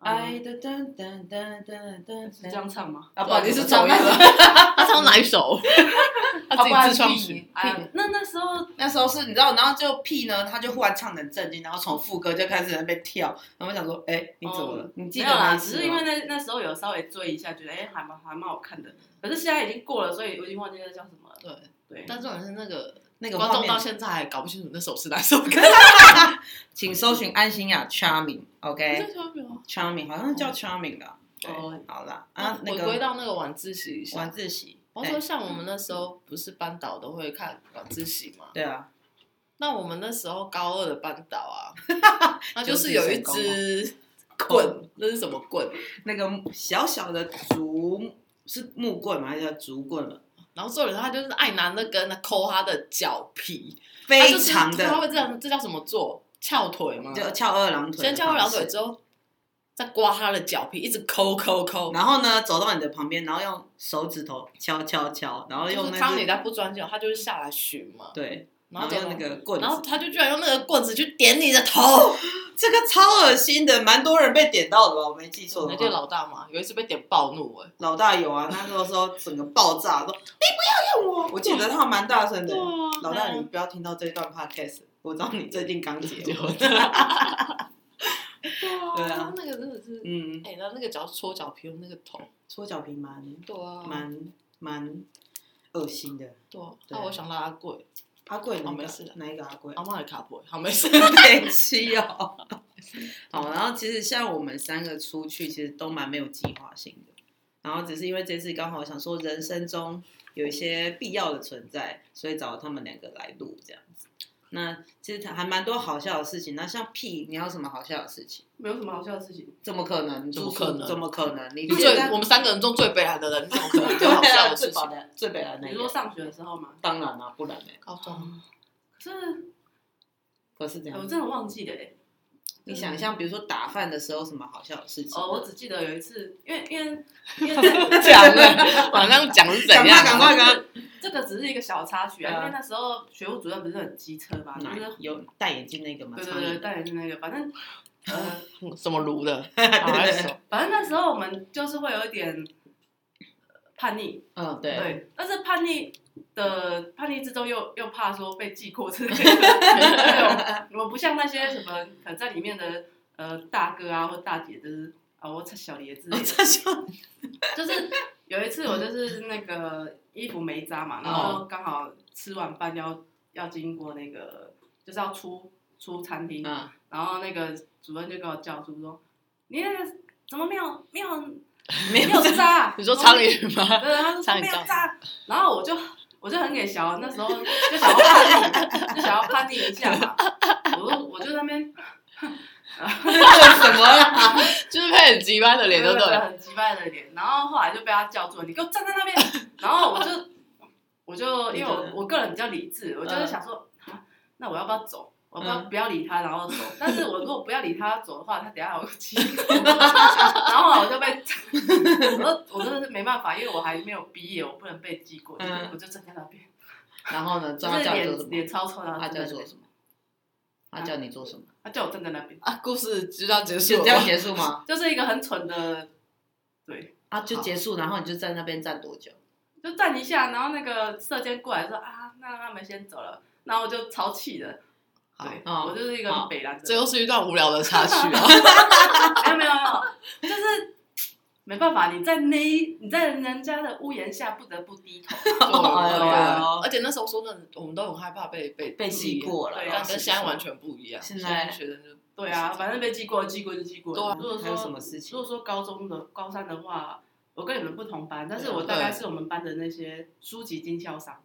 [SPEAKER 2] 爱的噔噔噔噔噔
[SPEAKER 4] 哎是这样
[SPEAKER 2] 噔，
[SPEAKER 4] 唱吗？
[SPEAKER 2] 啊，不好意思，
[SPEAKER 3] 你是唱
[SPEAKER 2] 走音
[SPEAKER 3] 吗
[SPEAKER 2] 了。
[SPEAKER 1] 他唱哪一 首？
[SPEAKER 3] 他自己自创
[SPEAKER 4] 曲
[SPEAKER 3] 曲，。
[SPEAKER 4] 哎那那时候
[SPEAKER 2] 那时候是你知道，然后就 P 呢，他就忽然唱得很震惊，然后从副歌就开始在那边跳，然后我想说，哎，你怎么了？你记
[SPEAKER 4] 没
[SPEAKER 2] 得
[SPEAKER 4] 有啦，
[SPEAKER 2] 哪一次
[SPEAKER 4] 只是因
[SPEAKER 3] 哦
[SPEAKER 2] 吗
[SPEAKER 4] 为那那时候有稍微追一下，觉得哎、还蛮还蛮好看的。可是现在已经过了，所以我已经忘记那叫什么了。
[SPEAKER 3] 对，
[SPEAKER 4] 对，
[SPEAKER 1] 但重点是那个
[SPEAKER 2] 那个
[SPEAKER 3] 观
[SPEAKER 2] 画
[SPEAKER 3] 众到
[SPEAKER 2] 面，
[SPEAKER 3] 现在还搞不清楚那首是哪首歌。
[SPEAKER 2] 请搜寻安心雅《Charming》，OK，
[SPEAKER 3] 这首没有
[SPEAKER 2] 《Charming》好像叫《Charming》吧？对
[SPEAKER 4] 哦，
[SPEAKER 2] 好啦，
[SPEAKER 1] 啊
[SPEAKER 2] 啊，，那
[SPEAKER 1] 回
[SPEAKER 2] 个
[SPEAKER 1] 归到哦那个晚自习一下
[SPEAKER 2] 晚。自习，
[SPEAKER 1] 我说像我们那时候不是班导都会看晚自习嘛？
[SPEAKER 2] 对啊，
[SPEAKER 1] 那我们那时候高二的班导啊，他就
[SPEAKER 2] 九
[SPEAKER 1] 是
[SPEAKER 2] 指
[SPEAKER 1] 有一
[SPEAKER 2] 神功
[SPEAKER 1] 只棍，那是什么棍？
[SPEAKER 2] 那个小小的竹是木棍吗？还是叫竹棍了？
[SPEAKER 1] 然后重点是他就是爱拿那根抠他的脚皮，他
[SPEAKER 2] 非
[SPEAKER 1] 就是
[SPEAKER 2] 常
[SPEAKER 1] 他
[SPEAKER 2] 的
[SPEAKER 1] 会这样，这叫什么做？翘腿吗？
[SPEAKER 2] 就翘二郎腿，
[SPEAKER 1] 先翘二郎腿，之后，再刮他的脚皮，一直抠抠抠。
[SPEAKER 2] 然后呢走到你的旁边，然后用手指头敲敲敲，然后
[SPEAKER 1] 就
[SPEAKER 2] 用
[SPEAKER 1] 是
[SPEAKER 2] 那
[SPEAKER 1] 康
[SPEAKER 2] 只
[SPEAKER 1] 你在不专心，他就是下来巡嘛，
[SPEAKER 2] 对，
[SPEAKER 1] 然
[SPEAKER 2] 然
[SPEAKER 1] 后
[SPEAKER 2] 后
[SPEAKER 1] 怎
[SPEAKER 2] 用
[SPEAKER 1] 么
[SPEAKER 2] 那个棍
[SPEAKER 1] 然后
[SPEAKER 2] 子，
[SPEAKER 1] 他就居然用那个棍子去点你的头，
[SPEAKER 2] 这个超恶心的，蛮多人被点到的吧？我没记错
[SPEAKER 1] 那
[SPEAKER 2] 的
[SPEAKER 1] 就
[SPEAKER 2] 话，
[SPEAKER 1] 老大嘛，有一次被点暴怒哎、
[SPEAKER 2] 老大有啊，那个时候整个爆炸，说你不要用我，我记得他蛮大声的，
[SPEAKER 1] 啊
[SPEAKER 2] 老大你不要听到这一段 podcast，我知道你最近刚结
[SPEAKER 3] 结
[SPEAKER 2] 婚
[SPEAKER 3] 婚，
[SPEAKER 1] 啊对
[SPEAKER 2] 对啊
[SPEAKER 1] 啊，那个真的是，
[SPEAKER 2] 嗯，
[SPEAKER 1] 哎、那那个脚搓脚皮，那个头，
[SPEAKER 2] 搓脚皮蛮
[SPEAKER 1] 对啊，
[SPEAKER 2] 蛮蛮恶心的。
[SPEAKER 1] 对啊，
[SPEAKER 2] 对
[SPEAKER 1] 那我想拉阿贵，
[SPEAKER 2] 阿贵哪
[SPEAKER 1] 哦
[SPEAKER 2] 一
[SPEAKER 1] 没
[SPEAKER 2] 个
[SPEAKER 1] 事了哦
[SPEAKER 2] 哪一个阿贵？
[SPEAKER 1] 阿妈也卡波，好没事，
[SPEAKER 2] 北七哦。好，然后其实像我们三个出去，其实都蛮没有计划性的。然后只是因为这次刚好想说人生中有一些必要的存在，所以找他们两个来录这样子。那其实还蛮多好笑的事情。那像屁，你有什么好笑的事情？
[SPEAKER 4] 没有什么好笑的事情。
[SPEAKER 2] 怎么可能？你
[SPEAKER 1] 怎么
[SPEAKER 2] 住宿
[SPEAKER 1] 可能
[SPEAKER 2] 怎么可能？你
[SPEAKER 1] 你最
[SPEAKER 2] 在
[SPEAKER 1] 我们三个人中最北蓝的人，你怎么可 能
[SPEAKER 2] 对
[SPEAKER 1] 有好笑
[SPEAKER 2] 啊，
[SPEAKER 1] 的
[SPEAKER 2] 最
[SPEAKER 1] 事
[SPEAKER 2] 北
[SPEAKER 1] 情？
[SPEAKER 2] 的最北的那
[SPEAKER 4] 你
[SPEAKER 2] 个
[SPEAKER 4] 说，上学的时候吗？
[SPEAKER 2] 当然啦、不然呢？
[SPEAKER 1] 高中
[SPEAKER 2] 哦
[SPEAKER 4] 可是哎
[SPEAKER 2] 可是这
[SPEAKER 4] 哎我
[SPEAKER 2] 样，
[SPEAKER 4] 真的忘记了哎、
[SPEAKER 2] 你想象，比如说打饭的时候什么好笑的事情？
[SPEAKER 4] 哦，我只记得有一次，因为 因为因为这
[SPEAKER 1] 讲了，晚上讲是怎样？
[SPEAKER 2] 赶快赶快，
[SPEAKER 4] 这个只是一个小插曲
[SPEAKER 2] 对啊
[SPEAKER 4] 啊，因为那时候学务主任不是很机车嘛，就
[SPEAKER 2] 哪
[SPEAKER 4] 是
[SPEAKER 2] 有戴眼镜那个吗？
[SPEAKER 4] 对
[SPEAKER 2] 苍
[SPEAKER 4] 对
[SPEAKER 2] 蝇
[SPEAKER 4] 对，戴眼镜那个，反正呃，
[SPEAKER 1] 什么炉的？
[SPEAKER 4] 反正那时候我们就是会有一点呃叛逆，
[SPEAKER 2] 嗯，对，
[SPEAKER 4] 对，但是叛逆的叛逆之中又又怕说被记过之类的，对我们不像那些什么可能在里面的呃大哥啊或大姐，就是啊我操小爷之类的，
[SPEAKER 2] 这就
[SPEAKER 4] 就是有一次我就是那个衣服没扎嘛，然后刚好吃完饭要要经过那个就是要出出餐厅，
[SPEAKER 5] 嗯，
[SPEAKER 4] 然后那个主任就给我叫住说：“你那个怎么没有没有
[SPEAKER 5] 没
[SPEAKER 4] 没有
[SPEAKER 5] 有
[SPEAKER 4] 渣啊、
[SPEAKER 1] 你说
[SPEAKER 4] 苍
[SPEAKER 1] 苍
[SPEAKER 4] 蝇？
[SPEAKER 1] 蝇 吗？
[SPEAKER 4] 对，他说
[SPEAKER 1] 苍
[SPEAKER 4] 没
[SPEAKER 1] 蝇
[SPEAKER 4] 有
[SPEAKER 1] 照
[SPEAKER 4] 渣。然后我就我就很给小，那时候就想要叛逆，就想要叛逆一下嘛。我就我就在那边，
[SPEAKER 1] 什么 啦？就是配很急般的脸，对不
[SPEAKER 4] 呃对
[SPEAKER 1] 对？
[SPEAKER 4] 很击败的脸。然后后来就被他叫住，你给我站在那边。然后我就我就因为我我个人比较理智，我就是想说，啊那我要不要走？我要不要不要理他，然后走。但是我如果不要理他走的话，他等下还会气我。然后我就被，我说我真的是没办法，因为我还没有毕业，我不能被记过去，
[SPEAKER 5] 嗯
[SPEAKER 4] 我就站在那边，
[SPEAKER 5] 然后呢，
[SPEAKER 4] 就
[SPEAKER 5] 他
[SPEAKER 4] 是
[SPEAKER 5] 叫你做什
[SPEAKER 4] 脸
[SPEAKER 5] 么？
[SPEAKER 4] 脸超臭，啊然后
[SPEAKER 5] 他
[SPEAKER 4] 站
[SPEAKER 5] 叫
[SPEAKER 4] 在那
[SPEAKER 5] 做
[SPEAKER 4] 边
[SPEAKER 5] 什么？他
[SPEAKER 4] 啊
[SPEAKER 5] 叫你做什 么？
[SPEAKER 4] 他叫我站在那边，
[SPEAKER 1] 啊，故事就这样结束
[SPEAKER 5] 就
[SPEAKER 1] 了
[SPEAKER 5] 这样结束 吗？
[SPEAKER 4] 就是一个很蠢的，
[SPEAKER 5] 啊，就结束，然后你就在那边站多久？
[SPEAKER 4] 就站一下，然后那个射箭过来说啊，那让他们先走了，然后我就超气的，
[SPEAKER 1] 好
[SPEAKER 4] 对，
[SPEAKER 5] 嗯
[SPEAKER 4] 我就是一个
[SPEAKER 5] 好
[SPEAKER 4] 很北蓝的人，
[SPEAKER 1] 这又是一段无聊的插曲啊！
[SPEAKER 4] 没有没有没有，就是没办法，你在那一你在人家的屋檐下不得不低头，
[SPEAKER 5] 哎呦哎呦
[SPEAKER 1] 啊而且那时候说真的，我们都很害怕被被
[SPEAKER 5] 被记过了，
[SPEAKER 4] 对
[SPEAKER 1] 但跟现在完全不一样。
[SPEAKER 5] 现
[SPEAKER 1] 现
[SPEAKER 5] 在
[SPEAKER 1] 在学生就
[SPEAKER 4] 对啊，反正被记过记过就记过，
[SPEAKER 1] 对啊
[SPEAKER 4] 如果
[SPEAKER 5] 还有什
[SPEAKER 4] 说
[SPEAKER 5] 么事
[SPEAKER 4] 如
[SPEAKER 5] 情？
[SPEAKER 4] 果说高中的高三的话，我跟你们不同班，但是
[SPEAKER 1] 嗯对
[SPEAKER 4] 我大概是我们班的那些书籍经销商，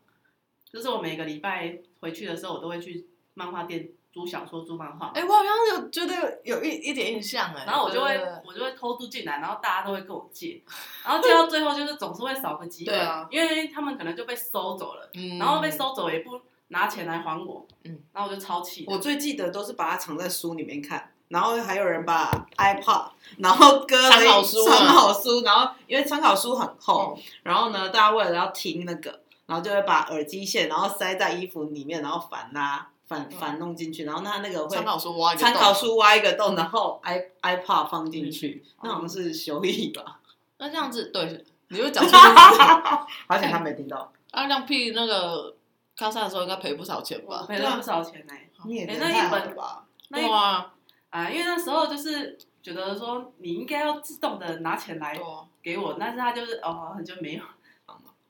[SPEAKER 4] 就是我每个礼拜回去的时候，我都会去漫画店租小说、租漫画，
[SPEAKER 1] 哎，我好像有觉得有一一点印象哎。
[SPEAKER 4] 然后我就会
[SPEAKER 1] 对对对
[SPEAKER 4] 我就会偷渡进来，然后大家都会跟我 借，然后借到最后就是总是会少个几
[SPEAKER 1] 对
[SPEAKER 4] 本，
[SPEAKER 1] 啊
[SPEAKER 4] 因为他们可能就被收走了，
[SPEAKER 1] 嗯
[SPEAKER 4] 然后被收走也不拿钱来还我，
[SPEAKER 1] 嗯，
[SPEAKER 4] 然后我就超气的，
[SPEAKER 2] 我最记得都是把它藏在书里面看，然后还有人把 iPod，然后割了一
[SPEAKER 1] 参考书啊哦
[SPEAKER 2] 参考书，然后因为参考书很厚，然后呢，大家为了要听那个，然后就会把耳机线，然后塞在衣服里面，然后反拉反反弄进去，然后它那个会
[SPEAKER 1] 嗯参考书挖一个
[SPEAKER 2] 参
[SPEAKER 1] 洞嗯
[SPEAKER 2] 考。书挖一个洞，然后 i iPod 放进去，那
[SPEAKER 1] 哦
[SPEAKER 2] 好像是修理 吧，
[SPEAKER 1] 那这样子对，你就讲 出 来。
[SPEAKER 2] 而且他没听到，
[SPEAKER 1] 啊，亮屁那个高三的时候应该赔不少钱
[SPEAKER 4] 我
[SPEAKER 1] 吧？啊
[SPEAKER 4] 赔了不少钱呢、
[SPEAKER 2] 你也
[SPEAKER 4] 哎
[SPEAKER 2] 太
[SPEAKER 4] 那一
[SPEAKER 2] 好
[SPEAKER 4] 本
[SPEAKER 2] 了吧？
[SPEAKER 4] 那一
[SPEAKER 1] 对啊，
[SPEAKER 4] 啊，因为那时候就是觉得说你应该要自动的拿钱来
[SPEAKER 1] 对啊，
[SPEAKER 4] 给我，但是他就是哦很久没有，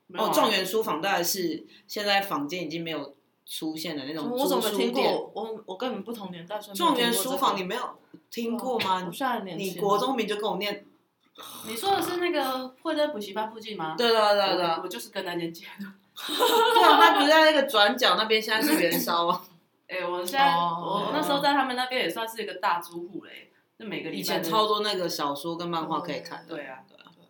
[SPEAKER 4] 没有啊
[SPEAKER 2] 哦，状元书房大概是现在坊间已经没有出现的那种
[SPEAKER 1] 我怎么
[SPEAKER 2] 租书
[SPEAKER 1] 没听
[SPEAKER 2] 店
[SPEAKER 1] 过？我我跟你们不同年代，所以没有
[SPEAKER 2] 状元
[SPEAKER 1] 听过
[SPEAKER 2] 书
[SPEAKER 1] 这
[SPEAKER 2] 房
[SPEAKER 1] 个
[SPEAKER 2] 你没有听过吗
[SPEAKER 1] 我？现在年
[SPEAKER 2] 你
[SPEAKER 1] 轻
[SPEAKER 2] 国
[SPEAKER 1] 了
[SPEAKER 2] 中名就跟我念，
[SPEAKER 4] 你说的是那个惠珍补习班附近吗？
[SPEAKER 2] 对对对对，
[SPEAKER 4] 我就是跟那间借的。
[SPEAKER 2] 对啊，他不是在那个转角那边，现在是元宵 啊，
[SPEAKER 4] 哎、我现在、
[SPEAKER 1] 哦
[SPEAKER 4] 我我那时候在他们那边也算是一个大租户嘞，就每个礼拜
[SPEAKER 2] 以前
[SPEAKER 4] 都
[SPEAKER 2] 超多那个小说跟漫画可以看，
[SPEAKER 4] 对啊，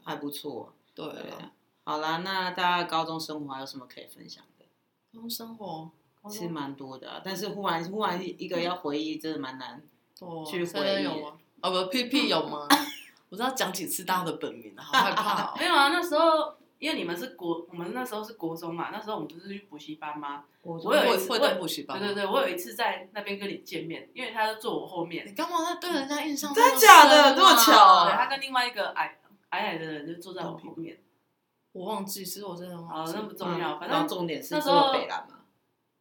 [SPEAKER 2] 还不错。
[SPEAKER 1] 对
[SPEAKER 2] 对
[SPEAKER 1] 啊，
[SPEAKER 2] 啊，好啦，那大家高中生活还有什么可以分享的？
[SPEAKER 1] 高中生活
[SPEAKER 2] 其实蛮多的啊，但是忽然忽然一个要回忆，真的蛮难。
[SPEAKER 1] 对啊
[SPEAKER 2] 去
[SPEAKER 1] 三人
[SPEAKER 2] 回忆
[SPEAKER 1] 有吗？啊不，屁 屁有吗？我知道讲几次大家的本名了，好害怕 哦。
[SPEAKER 4] 没有啊，那时候因为你们是国，我们那时候是国中嘛，那时候我们不是去补习班吗？我有一次
[SPEAKER 1] 会
[SPEAKER 4] 我
[SPEAKER 1] 登补习
[SPEAKER 2] 哦
[SPEAKER 1] 班
[SPEAKER 4] 对
[SPEAKER 1] 吗，
[SPEAKER 4] 对对，我有一次在那边跟你见面，因为他就坐我后面，
[SPEAKER 1] 你干嘛在对人家印象
[SPEAKER 2] 真
[SPEAKER 1] 那
[SPEAKER 2] 的
[SPEAKER 1] 么
[SPEAKER 2] 假的
[SPEAKER 1] 深啊
[SPEAKER 2] 这么巧
[SPEAKER 4] 对他跟另外一个矮矮矮的人就坐在我后面，
[SPEAKER 1] 我忘记，其实我真的
[SPEAKER 4] 啊
[SPEAKER 1] 忘，记
[SPEAKER 4] 那。不重要，反
[SPEAKER 2] 嗯然后
[SPEAKER 4] 正
[SPEAKER 2] 重点是
[SPEAKER 4] 那时
[SPEAKER 2] 这
[SPEAKER 4] 候
[SPEAKER 2] 么北蓝嘛，哦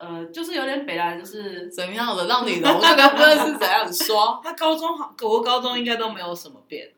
[SPEAKER 4] 呃就是有点北来，就是
[SPEAKER 1] 怎么样的让你的？ 我这个不知道是怎样 说。
[SPEAKER 2] 他高中好，我高中应该都没有什么变。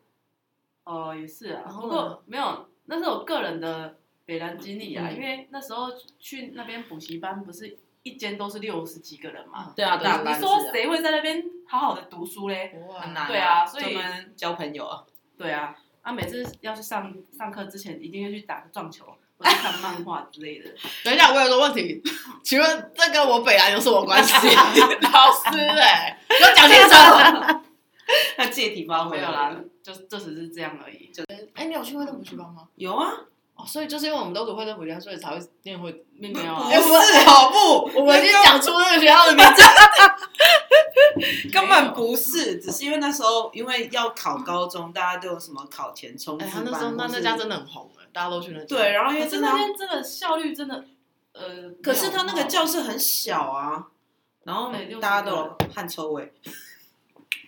[SPEAKER 4] 哦，也是啊，
[SPEAKER 1] 然
[SPEAKER 4] 不
[SPEAKER 1] 后呢
[SPEAKER 4] 过没有，那是我个人的北南经历啊，
[SPEAKER 2] 嗯
[SPEAKER 4] 因为那时候去那边补习班，不是一间都是六十几个人嘛，
[SPEAKER 2] 对啊，
[SPEAKER 4] 你
[SPEAKER 2] 大班
[SPEAKER 4] 嗯
[SPEAKER 2] 制
[SPEAKER 4] 你说
[SPEAKER 2] 啊
[SPEAKER 4] 谁会在那边好好的读书嘞？
[SPEAKER 1] 不会
[SPEAKER 2] 很难？
[SPEAKER 4] 对啊所以
[SPEAKER 2] 专门交朋友 啊。
[SPEAKER 4] 对啊，啊，每次要去上上课之前，一定会去打个撞球，或者看漫画之类 的。
[SPEAKER 1] 等一下，我有个问题，请问这跟我北来有什么 关系？老师哎、欸，要讲清楚。
[SPEAKER 2] 那借题发挥
[SPEAKER 4] 没有
[SPEAKER 2] 了
[SPEAKER 4] 啦，就就只是这样而已。
[SPEAKER 1] 哎、你有去会登补习班吗？
[SPEAKER 2] 有啊，
[SPEAKER 1] 哦，所以就是因为我们都读会登补习班，所以才会念会。
[SPEAKER 4] 没没有啊
[SPEAKER 2] 哎，
[SPEAKER 1] 我们
[SPEAKER 2] 是好不？
[SPEAKER 1] 我们已经讲出那个学校的名字。
[SPEAKER 2] 根本不是，只是因为那时候因为要考高中，大家都有什么考前冲
[SPEAKER 1] 哎、
[SPEAKER 2] 刺
[SPEAKER 1] 他
[SPEAKER 2] 班，
[SPEAKER 1] 那时候那
[SPEAKER 2] 或
[SPEAKER 1] 那
[SPEAKER 2] 是
[SPEAKER 1] 家真的很红哎、大家都去那家。
[SPEAKER 2] 对，然后因为
[SPEAKER 4] 可是
[SPEAKER 2] 真的
[SPEAKER 4] 那
[SPEAKER 2] 要，
[SPEAKER 4] 边真的效率真的，呃，
[SPEAKER 2] 可是他那
[SPEAKER 4] 没
[SPEAKER 1] 哦
[SPEAKER 2] 个
[SPEAKER 4] 有
[SPEAKER 2] 教室很小啊，然后
[SPEAKER 4] 对就是
[SPEAKER 2] 大家都有汗臭味，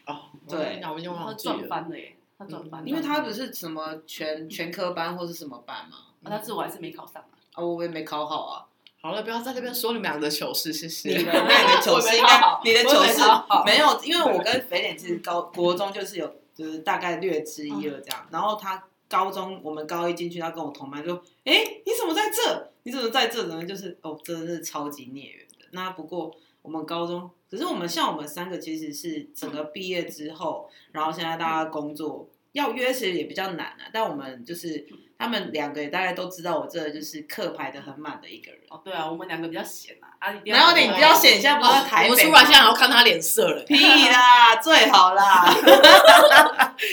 [SPEAKER 1] 哦，
[SPEAKER 2] 对
[SPEAKER 1] 我跟你讲，我已经
[SPEAKER 4] 他
[SPEAKER 1] 忘记
[SPEAKER 4] 转
[SPEAKER 1] 了。啊
[SPEAKER 4] 班了耶，嗯他转班了，
[SPEAKER 2] 因为他不是什么全全科班或是什么班嘛，
[SPEAKER 4] 啊，但是我还是没考上啊。
[SPEAKER 2] 啊，我也没考好啊。
[SPEAKER 1] 好了，不要在那边说你们俩的糗事，谢谢。
[SPEAKER 2] 你的那你的糗事应该，你的糗事没有，因为我跟肥脸其实高国中就是有，就是大概略知一二这样。然后他高中我们高一进去，他跟我同班就，哎、你怎么在这？你怎么在这？然后就是哦，真的是超级孽缘的。那不过我们高中，可是我们像我们三个其实是整个毕业之后，然后现在大家工作要约其实也比较难啊，但我们就是他们两个也大概都知道我这就是课排的很满的一个人。
[SPEAKER 4] 哦，对啊，我们两个比较闲啊，啊，一定哦
[SPEAKER 2] 然后你
[SPEAKER 4] 对
[SPEAKER 2] 比较显现在不是在台北
[SPEAKER 6] 我
[SPEAKER 2] 吗，
[SPEAKER 6] 出来现在还要看他脸色了。
[SPEAKER 2] 屁啦，最好啦，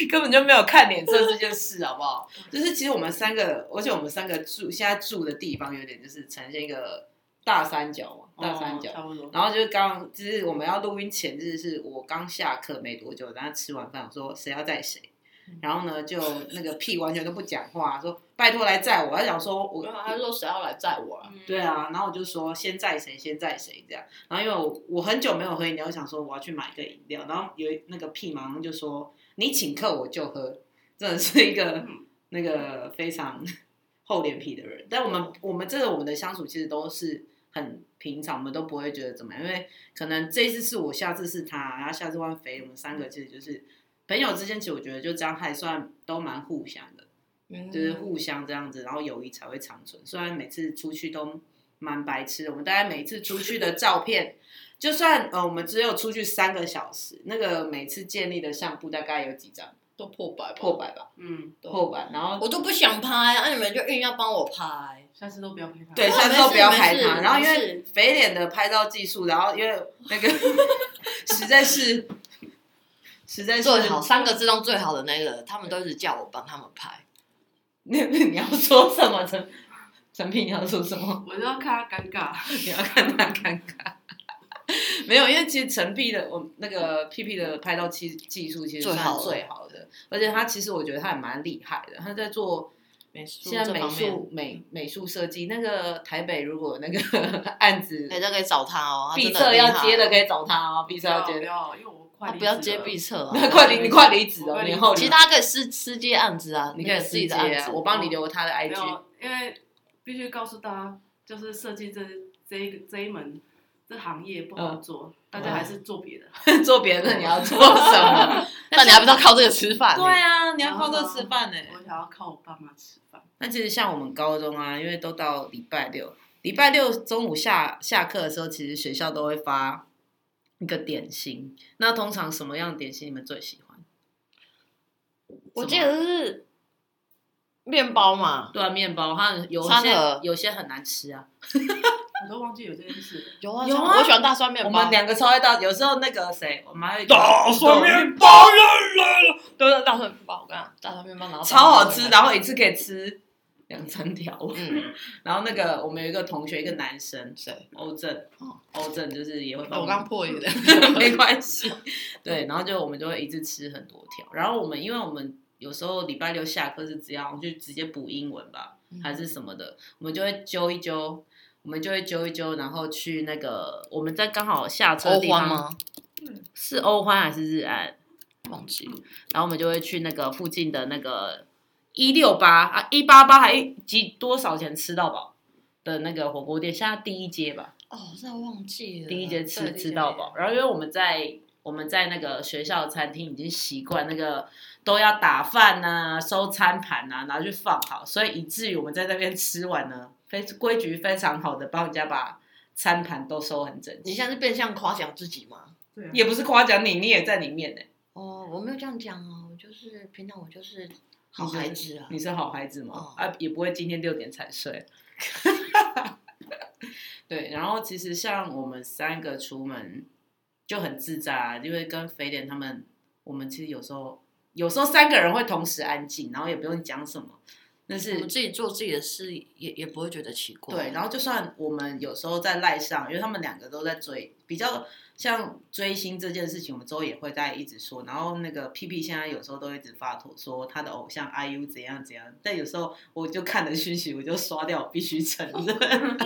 [SPEAKER 2] 根本就没有看脸色这件事，好不好？就是其实我们三个，而且我们三个住现在住的地方有点就是呈现一个大三角嘛，大三角。
[SPEAKER 4] 哦差不多。
[SPEAKER 2] 然后就是刚，就是我们要录音前，就是是我刚下课没多久，然后吃完饭，我说谁要载谁，然后呢就那个屁完全都不讲话，说拜托来载我，他想说我
[SPEAKER 1] 然后他就说谁要来载我啊？
[SPEAKER 4] 嗯
[SPEAKER 2] 对，啊，然后我就说先载谁，先载谁这样。然后因为我我很久没有喝饮料，我想说我要去买个饮料。然后有一那个屁马上就说你请客我就喝，真的是一个、
[SPEAKER 4] 嗯
[SPEAKER 2] 那个非常厚脸皮的人。但我们我们这个我们的相处其实都是很平常，我们都不会觉得怎么样，因为可能这一次是我，下次是他，然后下次换肥，我们三个其实就是朋友之间，其实我觉得就这样还算都蛮互相的。
[SPEAKER 1] 嗯
[SPEAKER 2] 就是互相这样子，然后友谊才会长存。虽然每次出去都蛮白痴的，我们大概每次出去的照片，就算呃我们只有出去三个小时，那个每次建立的相簿大概有几张，
[SPEAKER 6] 都破百吧
[SPEAKER 2] 破，百吧，
[SPEAKER 4] 嗯，
[SPEAKER 2] 破百。然后
[SPEAKER 1] 我都不想拍，啊那、你们就硬要帮我拍，
[SPEAKER 4] 下次都不要陪他。
[SPEAKER 2] 对，
[SPEAKER 1] 哦
[SPEAKER 2] 下次都不要拍
[SPEAKER 1] 没事没
[SPEAKER 2] 他。
[SPEAKER 1] 事
[SPEAKER 2] 然后因
[SPEAKER 1] 没
[SPEAKER 2] 为
[SPEAKER 1] 事
[SPEAKER 2] 肥脸的拍照技术，然后因为那 个实在是实在是
[SPEAKER 1] 最好三个字中最好的那个，他们都一直叫我帮他们拍。
[SPEAKER 2] 你你要说什么陈陈平你要说什么？
[SPEAKER 4] 我就要看他尴尬。
[SPEAKER 2] 你要看他尴尬。没有，因为其实陈屁的我那个屁屁的拍照技技术其实
[SPEAKER 1] 最
[SPEAKER 2] 算
[SPEAKER 1] 好了
[SPEAKER 2] 最好的，而且他其实我觉得他也蛮厉害的，他在做
[SPEAKER 1] 美术
[SPEAKER 2] 现在
[SPEAKER 1] 这
[SPEAKER 2] 美
[SPEAKER 1] 方面，
[SPEAKER 2] 术美美术设计。那个台北如果有那个 案子
[SPEAKER 1] 哎、这可以找他哦，他
[SPEAKER 2] 闭
[SPEAKER 1] 真的
[SPEAKER 2] 塞
[SPEAKER 1] 很厉害
[SPEAKER 2] 要接的可以找他哦，闭塞要接
[SPEAKER 4] 不
[SPEAKER 2] 的，，
[SPEAKER 4] 要，因为我快
[SPEAKER 1] 他
[SPEAKER 4] 离
[SPEAKER 1] 不要
[SPEAKER 4] 职
[SPEAKER 1] 接
[SPEAKER 4] 了
[SPEAKER 1] 闭 塞啊
[SPEAKER 2] 快离你快离职
[SPEAKER 4] 我
[SPEAKER 2] 哦，
[SPEAKER 4] 快离
[SPEAKER 2] 你
[SPEAKER 4] 职
[SPEAKER 2] 后
[SPEAKER 1] 其实
[SPEAKER 2] 年
[SPEAKER 1] 他可以私私接案子啊，
[SPEAKER 2] 你
[SPEAKER 1] 那
[SPEAKER 2] 可以
[SPEAKER 1] 个自己
[SPEAKER 2] 私
[SPEAKER 1] 的
[SPEAKER 2] 接
[SPEAKER 1] 案
[SPEAKER 2] 啊，
[SPEAKER 1] 子，哦
[SPEAKER 2] 我帮你留他的
[SPEAKER 4] 没
[SPEAKER 2] IG，
[SPEAKER 4] 有，啊因为必须告诉大家，就是设计这这一个这一门这行业不
[SPEAKER 2] 嗯
[SPEAKER 4] 好做，大家还是做别的。
[SPEAKER 2] 做别的 你要做什么？
[SPEAKER 1] 但你还不知道靠这个吃饭、呢。
[SPEAKER 2] 对啊，你要靠这吃饭呢、
[SPEAKER 4] 我想要靠我爸妈吃饭。
[SPEAKER 2] 那其实像我们高中啊，因为都到礼拜六，礼拜六中午下下课的时候，其实学校都会发一个点心。那通常什么样的点心你们最喜欢？
[SPEAKER 1] 我记得是面包嘛，
[SPEAKER 2] 对啊，面包，它有
[SPEAKER 1] 餐
[SPEAKER 2] 些
[SPEAKER 1] 盒
[SPEAKER 2] 有些很难吃啊。
[SPEAKER 4] 我都忘记有这件事了。
[SPEAKER 1] 有啊
[SPEAKER 2] 有啊
[SPEAKER 1] 我喜欢大蒜面
[SPEAKER 2] 我
[SPEAKER 1] 包。
[SPEAKER 2] 们两个超爱到，有时候那个谁，我们还会
[SPEAKER 1] 包来了，对对，大蒜面包，我跟你讲，大蒜面包，然后
[SPEAKER 2] 超好吃，然后一次可以吃两三条。
[SPEAKER 1] 嗯，
[SPEAKER 2] 然后那个我们有一个同学，一个男生
[SPEAKER 1] 谁？
[SPEAKER 2] 欧正
[SPEAKER 1] 哦，
[SPEAKER 2] 欧正就是也会帮
[SPEAKER 1] 嗯我
[SPEAKER 2] 们
[SPEAKER 1] 刚破音 的，
[SPEAKER 2] 没关系。对，
[SPEAKER 1] 嗯
[SPEAKER 2] 然后就我们就会一直吃很多条。然后我们因为我们有时候礼拜六下课是只要就直接补英文吧，
[SPEAKER 1] 嗯
[SPEAKER 2] 还是什么的，我们就会揪一揪，我们就会揪一揪，然后去那个我们在刚好下车的
[SPEAKER 1] 欧
[SPEAKER 2] 地
[SPEAKER 1] 欢
[SPEAKER 2] 方
[SPEAKER 1] 吗？
[SPEAKER 2] 是欧欢还是日安？
[SPEAKER 1] 忘记，
[SPEAKER 2] 然后我们就会去那个附近的那个一六八啊一八八还几多少钱吃到饱的那个火锅店，现在第一街吧。
[SPEAKER 1] 哦，真的忘记了。
[SPEAKER 2] 第一节吃
[SPEAKER 4] 对第一
[SPEAKER 2] 吃
[SPEAKER 4] 节
[SPEAKER 2] 到饱，然后因为我们在我们在那个学校餐厅已经习惯那个都要打饭呐、收餐盘呐、拿去放好，所以以至于我们在那边吃完呢，非规矩非常好的帮人家把餐盘都收很整
[SPEAKER 1] 你
[SPEAKER 2] 齐，
[SPEAKER 1] 现在是变相夸奖自己吗？
[SPEAKER 4] 对啊，
[SPEAKER 2] 也不是夸奖你，你也在里面呢、
[SPEAKER 1] 哦，我没有这样讲哦，我就是平常我就是好孩子啊。
[SPEAKER 2] 你是好孩子吗
[SPEAKER 1] 哦？
[SPEAKER 2] 啊，也不会今天六点才睡。 对，然后其实像我们三个出门就很自在啊，因为跟肥脸他们，我们其实有时候有时候三个人会同时安静，然后也不用讲什么，但
[SPEAKER 1] 我
[SPEAKER 2] 是
[SPEAKER 1] 们自己做自己的事也，也不会觉得奇怪。
[SPEAKER 2] 对，然后就算我们有时候在赖上，因为他们两个都在追，比较像追星这件事情，我们之后也会在一直说。然后那个 P P 现在有时候都一直发图说他的偶像 I U 怎样怎样，但有时候我就看了讯息，我就刷掉，我必须承认。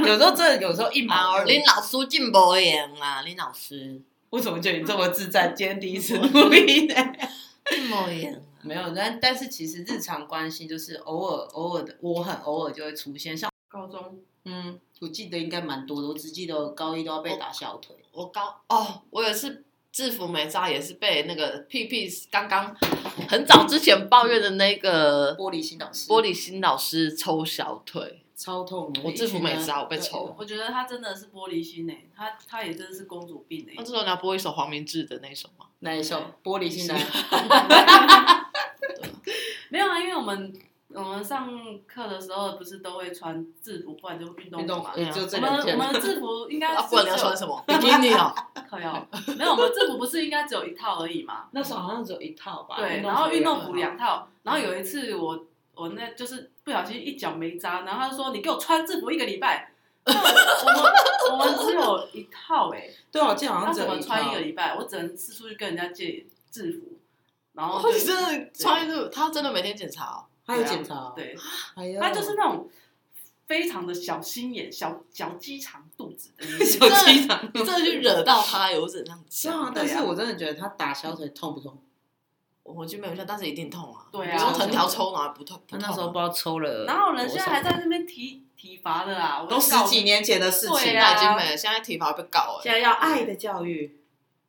[SPEAKER 2] 有时候真的，有时候一毛
[SPEAKER 1] 啊，
[SPEAKER 2] 没有
[SPEAKER 1] 林老师进博言啦，林老师
[SPEAKER 2] 为什么觉得你这么自 在？今天第一次录音呢？
[SPEAKER 1] 进博言。
[SPEAKER 2] 没有，但但是其实日常关系就是偶尔偶尔的，我很偶尔就会出现，像
[SPEAKER 4] 高中
[SPEAKER 2] 嗯，我记得应该蛮多的，我只记得高一都要被打小腿。
[SPEAKER 1] 我高哦，我有一次制服没扎，也是被那个屁屁刚刚很早之前抱怨的那个
[SPEAKER 2] 玻璃心老师，
[SPEAKER 1] 玻璃心老师抽小腿，
[SPEAKER 2] 超痛的。
[SPEAKER 1] 我制服美
[SPEAKER 2] 每次
[SPEAKER 1] 莎、啊，我被抽了。
[SPEAKER 4] 我觉得她真的是玻璃心呢、她她也真的是公主病欸
[SPEAKER 2] 哦
[SPEAKER 4] 呢、
[SPEAKER 1] 那时候你要播一首黄明志的那首吗？
[SPEAKER 2] 哪一首？玻璃心男。
[SPEAKER 4] 没有啊，因为我们我们上课的时候不是都会穿制服，不然就运动
[SPEAKER 2] 运
[SPEAKER 4] 服
[SPEAKER 2] 动
[SPEAKER 4] 嘛。
[SPEAKER 2] 服就这
[SPEAKER 4] 我
[SPEAKER 2] 两
[SPEAKER 4] 们我
[SPEAKER 2] 件。
[SPEAKER 4] 们的制 服应该
[SPEAKER 1] 啊，
[SPEAKER 4] 是
[SPEAKER 1] 不然你要
[SPEAKER 4] 只有
[SPEAKER 1] 穿什么？比基尼 哦。
[SPEAKER 4] 靠腰， 没有，我们制服不是应该只有一套而已 嘛？
[SPEAKER 2] 那时候好像只有一套吧。
[SPEAKER 4] 对，然后运动服
[SPEAKER 2] 两
[SPEAKER 4] 两套，然后有一次我我那就是不小心一脚没扎，然后他就说你给我穿制服一个礼拜，那我我们我们只有一套哎、
[SPEAKER 2] 对，我记得好
[SPEAKER 4] 他
[SPEAKER 2] 像只
[SPEAKER 4] 怎
[SPEAKER 2] 有
[SPEAKER 4] 么
[SPEAKER 2] 一
[SPEAKER 4] 穿
[SPEAKER 2] 套
[SPEAKER 4] 一个。礼拜？我只能四处去跟人家借制服，然
[SPEAKER 2] 哦
[SPEAKER 4] 后
[SPEAKER 1] 或
[SPEAKER 4] 就
[SPEAKER 1] 者哦是穿一个，他真的每天检查 哦。
[SPEAKER 2] 还有检查哦。
[SPEAKER 4] 对，
[SPEAKER 2] 哎呦，
[SPEAKER 4] 他就是那种非常的小心眼、小小鸡肠肚子的那
[SPEAKER 2] 手
[SPEAKER 4] 种。
[SPEAKER 2] 机上。
[SPEAKER 1] 你真的去惹到他，有只能这样
[SPEAKER 2] 是
[SPEAKER 1] 讲。
[SPEAKER 2] 啊，但是我真的觉得他打小腿痛不痛？
[SPEAKER 1] 我就没有像，但是一定痛啊。
[SPEAKER 4] 对啊
[SPEAKER 1] 你说藤条抽哪不痛？不
[SPEAKER 2] 他
[SPEAKER 1] 痛啊
[SPEAKER 2] 那时候不知道抽了。
[SPEAKER 4] 然后人现在还在那边体体罚的啊，我
[SPEAKER 2] 都十
[SPEAKER 4] 告
[SPEAKER 2] 几年前的事
[SPEAKER 4] 对
[SPEAKER 1] 现
[SPEAKER 2] 情了。
[SPEAKER 4] 啊
[SPEAKER 1] 在已经没了，现在体罚被告
[SPEAKER 2] 现
[SPEAKER 1] 哎，
[SPEAKER 2] 在要爱的教育，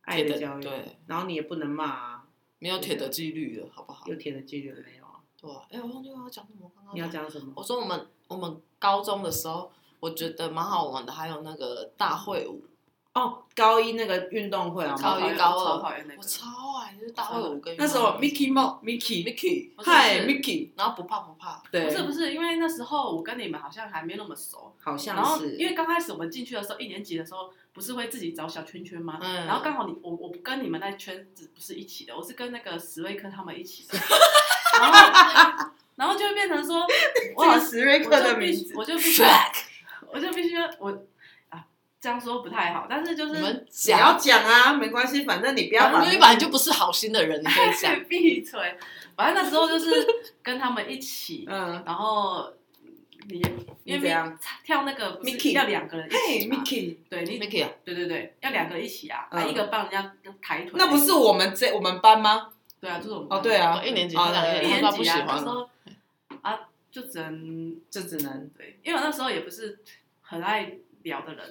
[SPEAKER 2] 爱
[SPEAKER 1] 铁
[SPEAKER 2] 的教育。
[SPEAKER 1] 对，
[SPEAKER 2] 然后你也不能骂啊，
[SPEAKER 1] 没有铁的纪律了，好不好？
[SPEAKER 2] 有铁的纪律没有啊？
[SPEAKER 1] 对啊，哎，我忘记我要讲什么，刚刚
[SPEAKER 2] 你要讲什么？
[SPEAKER 1] 我说我们我们高中的时候，我觉得蛮好玩的，还有那个大会舞，
[SPEAKER 2] 哦，高一那个运动会啊，
[SPEAKER 1] 高一
[SPEAKER 4] 超讨厌
[SPEAKER 1] 高二
[SPEAKER 4] 超讨厌那个
[SPEAKER 1] 我。超爱，就是大会舞跟
[SPEAKER 2] 那时候
[SPEAKER 1] 咪
[SPEAKER 2] Mickey Mo Mickey
[SPEAKER 1] Mickey，
[SPEAKER 4] 不是
[SPEAKER 2] 嗨
[SPEAKER 4] 不是
[SPEAKER 2] Mickey，
[SPEAKER 1] 然后不怕不怕，
[SPEAKER 2] 对，
[SPEAKER 4] 不是不是，因为那时候我跟你们好像还没那么熟，
[SPEAKER 2] 好
[SPEAKER 4] 然
[SPEAKER 2] 像
[SPEAKER 4] 后
[SPEAKER 2] 是，
[SPEAKER 4] 因为刚开始我们进去的时候，一年级的时候不是会自己找小圈圈吗？
[SPEAKER 1] 嗯，
[SPEAKER 4] 然后刚好你我我跟你们那圈子不是一起的，我是跟那个史瑞克他们一起的， 然后然后就会变 成说，我好
[SPEAKER 2] 哇，
[SPEAKER 4] 像
[SPEAKER 2] 史瑞克的
[SPEAKER 4] 我就必
[SPEAKER 2] 名
[SPEAKER 4] 须
[SPEAKER 2] 字，
[SPEAKER 4] 我就必须，我就必须我啊，这样说不太好，但是就
[SPEAKER 1] 你
[SPEAKER 4] 是
[SPEAKER 1] 们
[SPEAKER 2] 你要
[SPEAKER 1] 讲，
[SPEAKER 2] 讲啊，没关系，反正你不要把
[SPEAKER 1] 因为本来就不是好心的人，你可以讲。
[SPEAKER 4] 闭嘴。反正那时候就是跟他们一起，
[SPEAKER 2] 嗯，
[SPEAKER 4] 然后你
[SPEAKER 2] 你
[SPEAKER 4] 因
[SPEAKER 2] 怎
[SPEAKER 4] 为
[SPEAKER 2] 样
[SPEAKER 4] 跳那个不是
[SPEAKER 2] Mickey
[SPEAKER 4] 要两个人一
[SPEAKER 2] 嘿
[SPEAKER 4] 起嘛，
[SPEAKER 2] Mickey，
[SPEAKER 4] 对你
[SPEAKER 1] Mickey 啊，
[SPEAKER 4] 对对对，要两个一起啊，
[SPEAKER 2] 嗯
[SPEAKER 4] 啊一个帮人家抬腿，
[SPEAKER 2] 那不是我们这我们班吗？
[SPEAKER 4] 对啊，就是我们
[SPEAKER 2] 哦，对啊，
[SPEAKER 1] 一年级
[SPEAKER 2] 哦
[SPEAKER 1] 他两
[SPEAKER 2] 对
[SPEAKER 4] 一
[SPEAKER 1] 年级，
[SPEAKER 4] 年
[SPEAKER 1] 他不
[SPEAKER 4] 级
[SPEAKER 1] 喜
[SPEAKER 4] 啊，那
[SPEAKER 1] 欢
[SPEAKER 4] 时
[SPEAKER 1] 了。
[SPEAKER 4] 候 啊就只能
[SPEAKER 2] 就只能
[SPEAKER 4] 对，因为我那时候也不是很爱聊的人，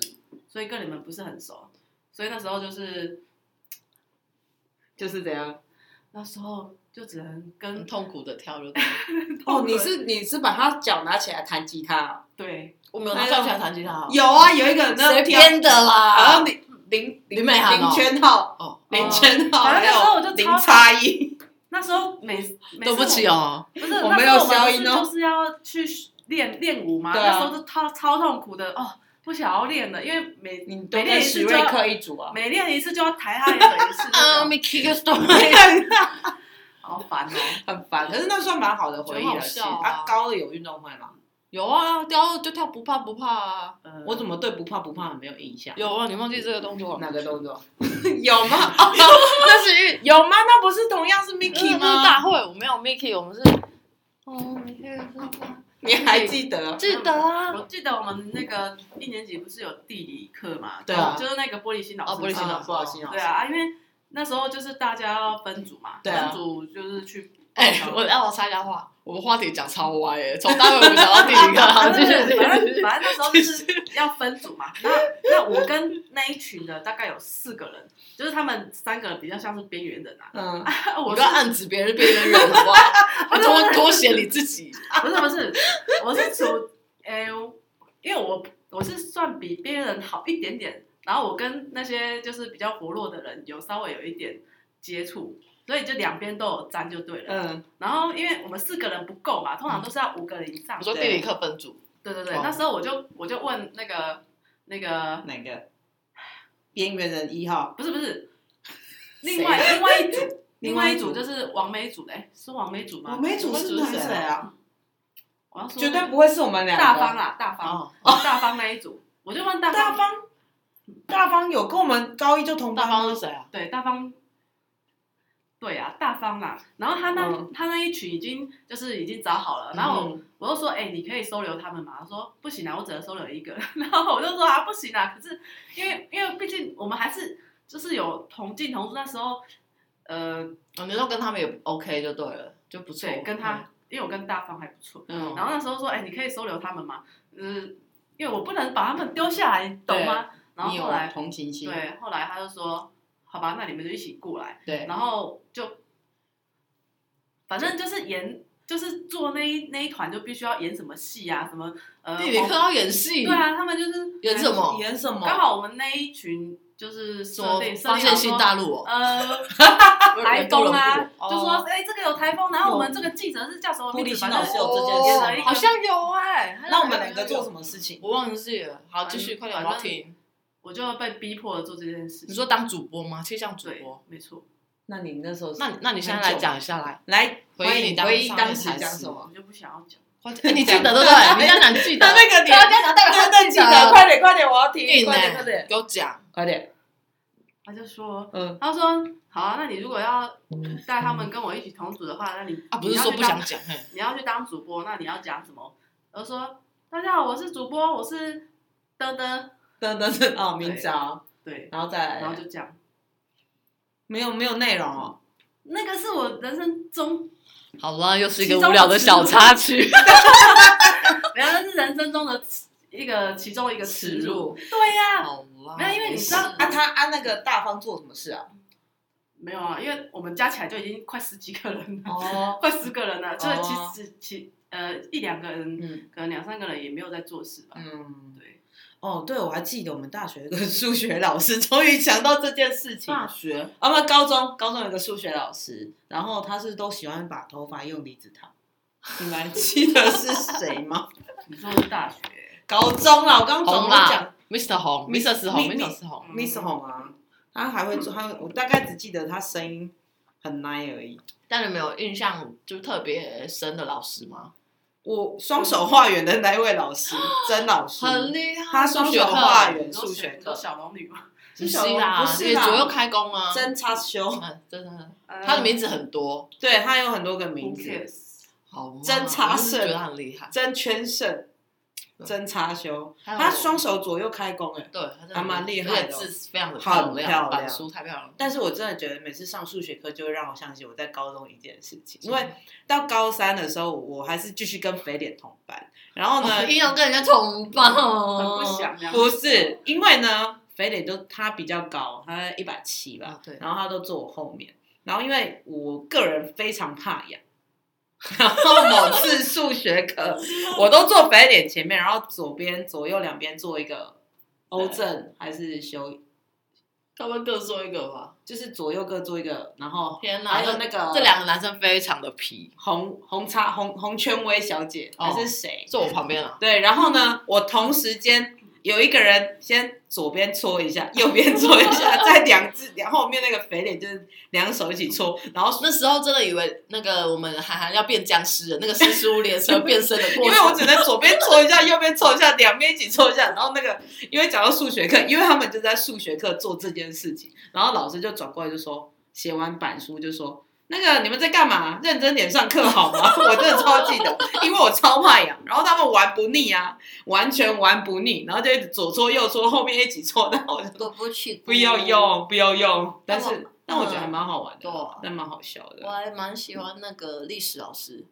[SPEAKER 4] 所以跟你们不是很熟，所以那时候就是
[SPEAKER 2] 就是这样。
[SPEAKER 4] 那时候就只能
[SPEAKER 1] 很
[SPEAKER 4] 跟
[SPEAKER 1] 痛苦的跳 了，
[SPEAKER 2] 哦，你是你是把他脚拿起来弹吉他啊？
[SPEAKER 4] 对
[SPEAKER 1] 我没有他跳起来弹吉他哦，
[SPEAKER 2] 有啊，有一个
[SPEAKER 1] 谁
[SPEAKER 2] 人那跳，
[SPEAKER 1] 编的
[SPEAKER 2] 好
[SPEAKER 1] 啦
[SPEAKER 2] 像？林林
[SPEAKER 1] 林美涵哦
[SPEAKER 2] 林圈浩，
[SPEAKER 1] 哦，
[SPEAKER 2] 林圈浩，
[SPEAKER 4] 反
[SPEAKER 2] 还
[SPEAKER 4] 正那时候我
[SPEAKER 2] 有
[SPEAKER 4] 就
[SPEAKER 2] 林
[SPEAKER 4] 超
[SPEAKER 2] 差一，
[SPEAKER 4] 那时候每每
[SPEAKER 1] 对不起
[SPEAKER 4] 哦。
[SPEAKER 1] 哦，
[SPEAKER 4] 不是，
[SPEAKER 2] 我
[SPEAKER 4] 那
[SPEAKER 2] 没
[SPEAKER 4] 时候
[SPEAKER 2] 有消
[SPEAKER 4] 我
[SPEAKER 2] 音
[SPEAKER 4] 们
[SPEAKER 2] 哦
[SPEAKER 4] 不是就是要去练练舞嘛，
[SPEAKER 2] 对啊
[SPEAKER 4] 那时候就超超痛苦的哦，不想要练了，因为每
[SPEAKER 2] 你
[SPEAKER 4] 每
[SPEAKER 2] 都
[SPEAKER 4] 练
[SPEAKER 2] 跟
[SPEAKER 4] 一次
[SPEAKER 2] 史
[SPEAKER 4] 就
[SPEAKER 2] 瑞
[SPEAKER 4] 要
[SPEAKER 2] 克一组啊？
[SPEAKER 4] 每练一次就要抬他一腿一次
[SPEAKER 1] 啊
[SPEAKER 2] 嗯
[SPEAKER 4] 那种，
[SPEAKER 1] ，Mickey 个 story，
[SPEAKER 4] 好烦哦。
[SPEAKER 2] 很烦，可是那算蛮好的回忆
[SPEAKER 1] 觉得好
[SPEAKER 2] 了。其实
[SPEAKER 1] 笑啊
[SPEAKER 2] 啊，高二有运动会吗？
[SPEAKER 1] 有啊，跳就跳不怕不怕啊，
[SPEAKER 4] 呃
[SPEAKER 2] 我怎么对不怕不怕很没有印象？
[SPEAKER 1] 有啊，你忘记这个动作了？
[SPEAKER 2] 哪个动作？有吗？ 哦，那是运有吗？那不是同样
[SPEAKER 4] 啊
[SPEAKER 2] 是 Mickey
[SPEAKER 1] 嗯那是
[SPEAKER 2] 吗？
[SPEAKER 1] 大会，我没有 Mickey，我们是。哦，你可以
[SPEAKER 2] 你还记得？
[SPEAKER 7] 记得啊，
[SPEAKER 4] 我记得我们那个一年级不是有地理课嘛？
[SPEAKER 2] 对啊
[SPEAKER 4] 就是那个玻璃心老
[SPEAKER 1] 哦
[SPEAKER 4] 师。
[SPEAKER 1] 玻璃心老
[SPEAKER 2] 啊
[SPEAKER 1] 师
[SPEAKER 2] 不好心
[SPEAKER 4] 对啊，啊因为那时候就是大家要分组嘛，
[SPEAKER 2] 对啊
[SPEAKER 4] 分组就是去。
[SPEAKER 1] 哎，我让我插一下话，我们话题讲超歪哎，从大会我们讲到第一个，好，
[SPEAKER 4] 反
[SPEAKER 1] 继
[SPEAKER 4] 正
[SPEAKER 1] 续
[SPEAKER 4] 反
[SPEAKER 1] 继
[SPEAKER 4] 正反正
[SPEAKER 1] 续。
[SPEAKER 4] 那时候啊就是要分组嘛。那那我跟那一群的大概有四个人，就是他们三个比较像是边缘人啊。
[SPEAKER 2] 嗯，
[SPEAKER 1] 我
[SPEAKER 4] 我
[SPEAKER 1] 不
[SPEAKER 4] 是
[SPEAKER 1] 要暗指别人别人人好不 好？多多写你自己。
[SPEAKER 4] 不是不是，我是属哎、因为我我是算比别人好一点点，然后我跟那些就是比较活络的人有稍微有一点接触，所以就两边都有沾就对了。
[SPEAKER 2] 嗯，
[SPEAKER 4] 然后因为我们四个人不够嘛，通常都是要五个人以上
[SPEAKER 1] 我。说地理课分组，
[SPEAKER 4] 对对对
[SPEAKER 1] 哦，
[SPEAKER 4] 那时候我就我就问那个那个
[SPEAKER 2] 哪个？边缘人一号，
[SPEAKER 4] 不是不是，另外另外一组，另外一组
[SPEAKER 2] 另外一组
[SPEAKER 4] 就是王美组的，哎，是王美组吗？
[SPEAKER 2] 我没组是
[SPEAKER 4] 王美
[SPEAKER 2] 男谁啊？
[SPEAKER 4] 我要说
[SPEAKER 2] 绝对不会是我们两个。
[SPEAKER 4] 大方啦，大方，
[SPEAKER 1] 哦，
[SPEAKER 4] 大方那一组，我就问大
[SPEAKER 2] 大
[SPEAKER 4] 方，
[SPEAKER 2] 方，大方有跟我们高一就同
[SPEAKER 1] 大
[SPEAKER 2] 班
[SPEAKER 1] 方
[SPEAKER 2] 吗？
[SPEAKER 1] 是谁啊？
[SPEAKER 4] 对大方，对啊，大方啦。然后他那
[SPEAKER 2] 嗯
[SPEAKER 4] 他那一群已经就是已经找好了，然后我
[SPEAKER 2] 嗯
[SPEAKER 4] 我就说，哎，你可以收留他们吗？他说不行啊，我只能收留一个。 然后我就说啊，不行啊，可是因为因为毕竟我们还是就是有同进同出，那时候呃
[SPEAKER 1] 哦，你说跟他们也 OK 就对了，就不错嗯
[SPEAKER 4] 对，。跟他，因为我跟大方还不错。
[SPEAKER 2] 嗯，
[SPEAKER 4] 然后那时候说，哎、你可以收留他们吗？嗯，因为我不能把他们丢下来，你懂吗？然后
[SPEAKER 2] 你
[SPEAKER 4] 后
[SPEAKER 2] 有
[SPEAKER 4] 来，
[SPEAKER 2] 同情心，
[SPEAKER 4] 对，后来他就说，好吧，那你们就一起过来。
[SPEAKER 2] 对，
[SPEAKER 4] 然后就，反正就是沿就是做那一那一团就必须要演什么戏啊，什么呃
[SPEAKER 8] 地理课要演戏，
[SPEAKER 4] 对啊，他们就是
[SPEAKER 8] 演什么？
[SPEAKER 2] 演什
[SPEAKER 4] 哦刚
[SPEAKER 2] 么？
[SPEAKER 4] 好我们那一群就是设
[SPEAKER 8] 说
[SPEAKER 4] 定设
[SPEAKER 8] 发
[SPEAKER 4] 定
[SPEAKER 8] 现
[SPEAKER 4] 好
[SPEAKER 8] 新
[SPEAKER 4] 说
[SPEAKER 8] 大陆哦，
[SPEAKER 4] 呃，
[SPEAKER 8] 哎
[SPEAKER 4] 台风啊，
[SPEAKER 8] 我也
[SPEAKER 4] 就
[SPEAKER 8] 不能
[SPEAKER 4] 说
[SPEAKER 2] 哦
[SPEAKER 8] 过
[SPEAKER 4] 哎、这个有台风，然后我们这个记者是叫什么
[SPEAKER 2] 玻
[SPEAKER 4] 名
[SPEAKER 2] 璃
[SPEAKER 4] 字？
[SPEAKER 2] 心
[SPEAKER 4] 反
[SPEAKER 2] 老
[SPEAKER 4] 正
[SPEAKER 2] 师
[SPEAKER 4] 就
[SPEAKER 2] 有这件
[SPEAKER 4] 演
[SPEAKER 2] 事
[SPEAKER 4] 了
[SPEAKER 2] 吗
[SPEAKER 4] 一
[SPEAKER 8] 哦，好像有哎、还有
[SPEAKER 2] 那我们两个做
[SPEAKER 8] 么？
[SPEAKER 2] 什么事情？
[SPEAKER 8] 我忘记了。好，继续，快点，我要
[SPEAKER 4] 反正
[SPEAKER 8] 听。
[SPEAKER 4] 我就被逼迫的做这件事情。
[SPEAKER 1] 你说当主播吗？气象主
[SPEAKER 4] 对
[SPEAKER 1] 播？，
[SPEAKER 4] 没错，
[SPEAKER 2] 那你那时候是
[SPEAKER 1] 那你那你现在来讲一下来，
[SPEAKER 2] 来
[SPEAKER 1] 回忆
[SPEAKER 2] 欢
[SPEAKER 1] 你
[SPEAKER 2] 迎
[SPEAKER 1] 当
[SPEAKER 2] 回忆
[SPEAKER 1] 上
[SPEAKER 2] 当
[SPEAKER 1] 面
[SPEAKER 2] 时
[SPEAKER 1] 台
[SPEAKER 2] 讲
[SPEAKER 1] 词
[SPEAKER 2] 什么？
[SPEAKER 4] 我就不想要讲。
[SPEAKER 1] 哎你记 得对不对？你当然记得。
[SPEAKER 2] 那个
[SPEAKER 1] 对啊，家长代表
[SPEAKER 2] 真的记得，快点快点，我要听，
[SPEAKER 1] 定
[SPEAKER 2] 快点快
[SPEAKER 1] 呢
[SPEAKER 2] 点，
[SPEAKER 1] 给我讲。
[SPEAKER 2] 快点，
[SPEAKER 4] 他就说，
[SPEAKER 2] 嗯，
[SPEAKER 4] 他说好啊，那你如果要带他们跟我一起同组的话，那你
[SPEAKER 1] 嗯啊，不是说不想，讲，嘿，
[SPEAKER 4] 你要去当你要去当主播，那你要讲什么？我说大家好，我是主播，我是噔噔，
[SPEAKER 2] 等等等，哦，明朝，
[SPEAKER 4] 对，
[SPEAKER 2] 然后再
[SPEAKER 4] 然后
[SPEAKER 2] 来，
[SPEAKER 4] 就这样。
[SPEAKER 2] 没有没有内容哦，
[SPEAKER 4] 那个是我人生中，
[SPEAKER 1] 好了，又是一个无聊的小插曲。
[SPEAKER 4] 没有，那是人生中的一个其中一个耻辱。
[SPEAKER 2] 对呀，
[SPEAKER 1] 好啦，
[SPEAKER 4] 没有因为你知道
[SPEAKER 2] 啊他啊那个大方做什么事啊？
[SPEAKER 4] 没有啊，因为我们加起来就已经快十几个人
[SPEAKER 1] 啊
[SPEAKER 4] 了，
[SPEAKER 2] 哦，
[SPEAKER 4] 快十个人了，所以其
[SPEAKER 2] 哦
[SPEAKER 4] 实其呃一两个人，
[SPEAKER 2] 嗯
[SPEAKER 4] 可能两三个人也没有在做事吧。
[SPEAKER 2] 嗯，
[SPEAKER 4] 对，
[SPEAKER 2] 哦，对，我还记得我们大学有一个数学老师，终于想到这件事情。啊，
[SPEAKER 4] 学
[SPEAKER 2] 不，高中高中有一个数学老师，然后他是都喜欢把头发用离子烫。你们还记得是谁吗？
[SPEAKER 4] 你说的是大学，
[SPEAKER 2] 高中啦，我刚刚总
[SPEAKER 1] 红
[SPEAKER 2] 共
[SPEAKER 1] 啦
[SPEAKER 2] 讲
[SPEAKER 1] ，Mr. 红
[SPEAKER 2] Miss-
[SPEAKER 1] ，Mr. 红
[SPEAKER 2] Mi-
[SPEAKER 1] ，Mr. 红，
[SPEAKER 4] 嗯
[SPEAKER 2] Miss 红啊，他还会做，他我大概只记得他声音很 nice 而已。
[SPEAKER 1] 但你们有印象就特别深的老师吗？
[SPEAKER 2] 我双手画圆的那一位老师，曾老师，
[SPEAKER 1] 嗯很厉害，
[SPEAKER 2] 他
[SPEAKER 1] 数
[SPEAKER 2] 双
[SPEAKER 1] 学
[SPEAKER 2] 手画
[SPEAKER 1] 课，
[SPEAKER 2] 圆
[SPEAKER 4] 嗯你说
[SPEAKER 2] 数学
[SPEAKER 4] 你说
[SPEAKER 2] 课，
[SPEAKER 4] 小龙女吗？
[SPEAKER 1] 不
[SPEAKER 2] 小
[SPEAKER 1] 是
[SPEAKER 2] 龙
[SPEAKER 1] 啦，
[SPEAKER 2] 不是
[SPEAKER 1] 因为
[SPEAKER 2] 啦，
[SPEAKER 1] 啊左右开弓啊，
[SPEAKER 2] 真插修，
[SPEAKER 1] 嗯，真的，
[SPEAKER 4] 呃
[SPEAKER 1] 他的名字很多，
[SPEAKER 2] 对他有很多个名
[SPEAKER 4] Who
[SPEAKER 2] 字，
[SPEAKER 4] cares？
[SPEAKER 1] 好嘛，
[SPEAKER 2] 真插
[SPEAKER 1] 我就是
[SPEAKER 2] 胜
[SPEAKER 1] 觉得他很厉害，
[SPEAKER 2] 真圈胜，
[SPEAKER 1] 对
[SPEAKER 2] 真插修，
[SPEAKER 1] 嗯还有
[SPEAKER 2] 他双手左右开弓哎。
[SPEAKER 1] 对，他真的
[SPEAKER 2] 还蛮厉害的哦
[SPEAKER 1] 而且字非常的
[SPEAKER 2] 很漂亮
[SPEAKER 1] 板书太漂亮了，
[SPEAKER 2] 但是我真的觉得每次上数学课就会让我想起我在高中一件事情，因
[SPEAKER 1] 什
[SPEAKER 2] 为
[SPEAKER 1] 么
[SPEAKER 2] 到高三的时候，我还是继续跟肥脸同班，然后呢
[SPEAKER 1] 哦，硬要跟人家同班
[SPEAKER 4] 很
[SPEAKER 1] 哦，
[SPEAKER 4] 不想啊这样。
[SPEAKER 2] 不是，因为呢，肥磊都他比较高，他一百七吧、
[SPEAKER 1] 啊对
[SPEAKER 2] 然后他都坐我后面，然后因为我个人非常怕痒，然后某次数学课， 我都坐肥脸前面，然后左边左右两边做一个欧正还是修，
[SPEAKER 1] 他们各说一个吧。
[SPEAKER 2] 就是左右各做一个，然后
[SPEAKER 1] 天哪，
[SPEAKER 2] 还有
[SPEAKER 1] 这
[SPEAKER 2] 那个
[SPEAKER 1] 这两个男生非常的皮，
[SPEAKER 2] 红红叉红红圈威小姐、
[SPEAKER 1] 哦
[SPEAKER 2] 还是谁？
[SPEAKER 1] 坐我旁边了。
[SPEAKER 2] 对，然后呢，我同时间有一个人先左边搓一下，右边搓一下，再两只，然后后面那个肥脸就是两手一起搓，然后
[SPEAKER 1] 哦那时候真的以为那个我们韩寒要变僵尸了，那个四十五列 车变身的
[SPEAKER 2] 因
[SPEAKER 1] 过
[SPEAKER 2] 为我
[SPEAKER 1] 程。
[SPEAKER 2] 只能左边搓一下，右边搓一下，两边一起搓一下，然后那个因为讲到数学课，因为他们就在数学课做这件事情，然后老师就转过来就说，写完板书就说。那个你们在干嘛？认真点上课好吗？ 我真的超记得，因为我超怕痒，然后他们玩不腻啊，完全玩不腻，然后就一直左搓右搓，后面一起搓，然后我就
[SPEAKER 1] 对不起，
[SPEAKER 2] 不要。用，不要用。但
[SPEAKER 1] 我嗯
[SPEAKER 2] 是，但我觉得还蛮好玩
[SPEAKER 1] 对啊
[SPEAKER 2] 的，，但蛮好笑
[SPEAKER 1] 我
[SPEAKER 2] 的。
[SPEAKER 1] 还蛮喜欢那个历史老师，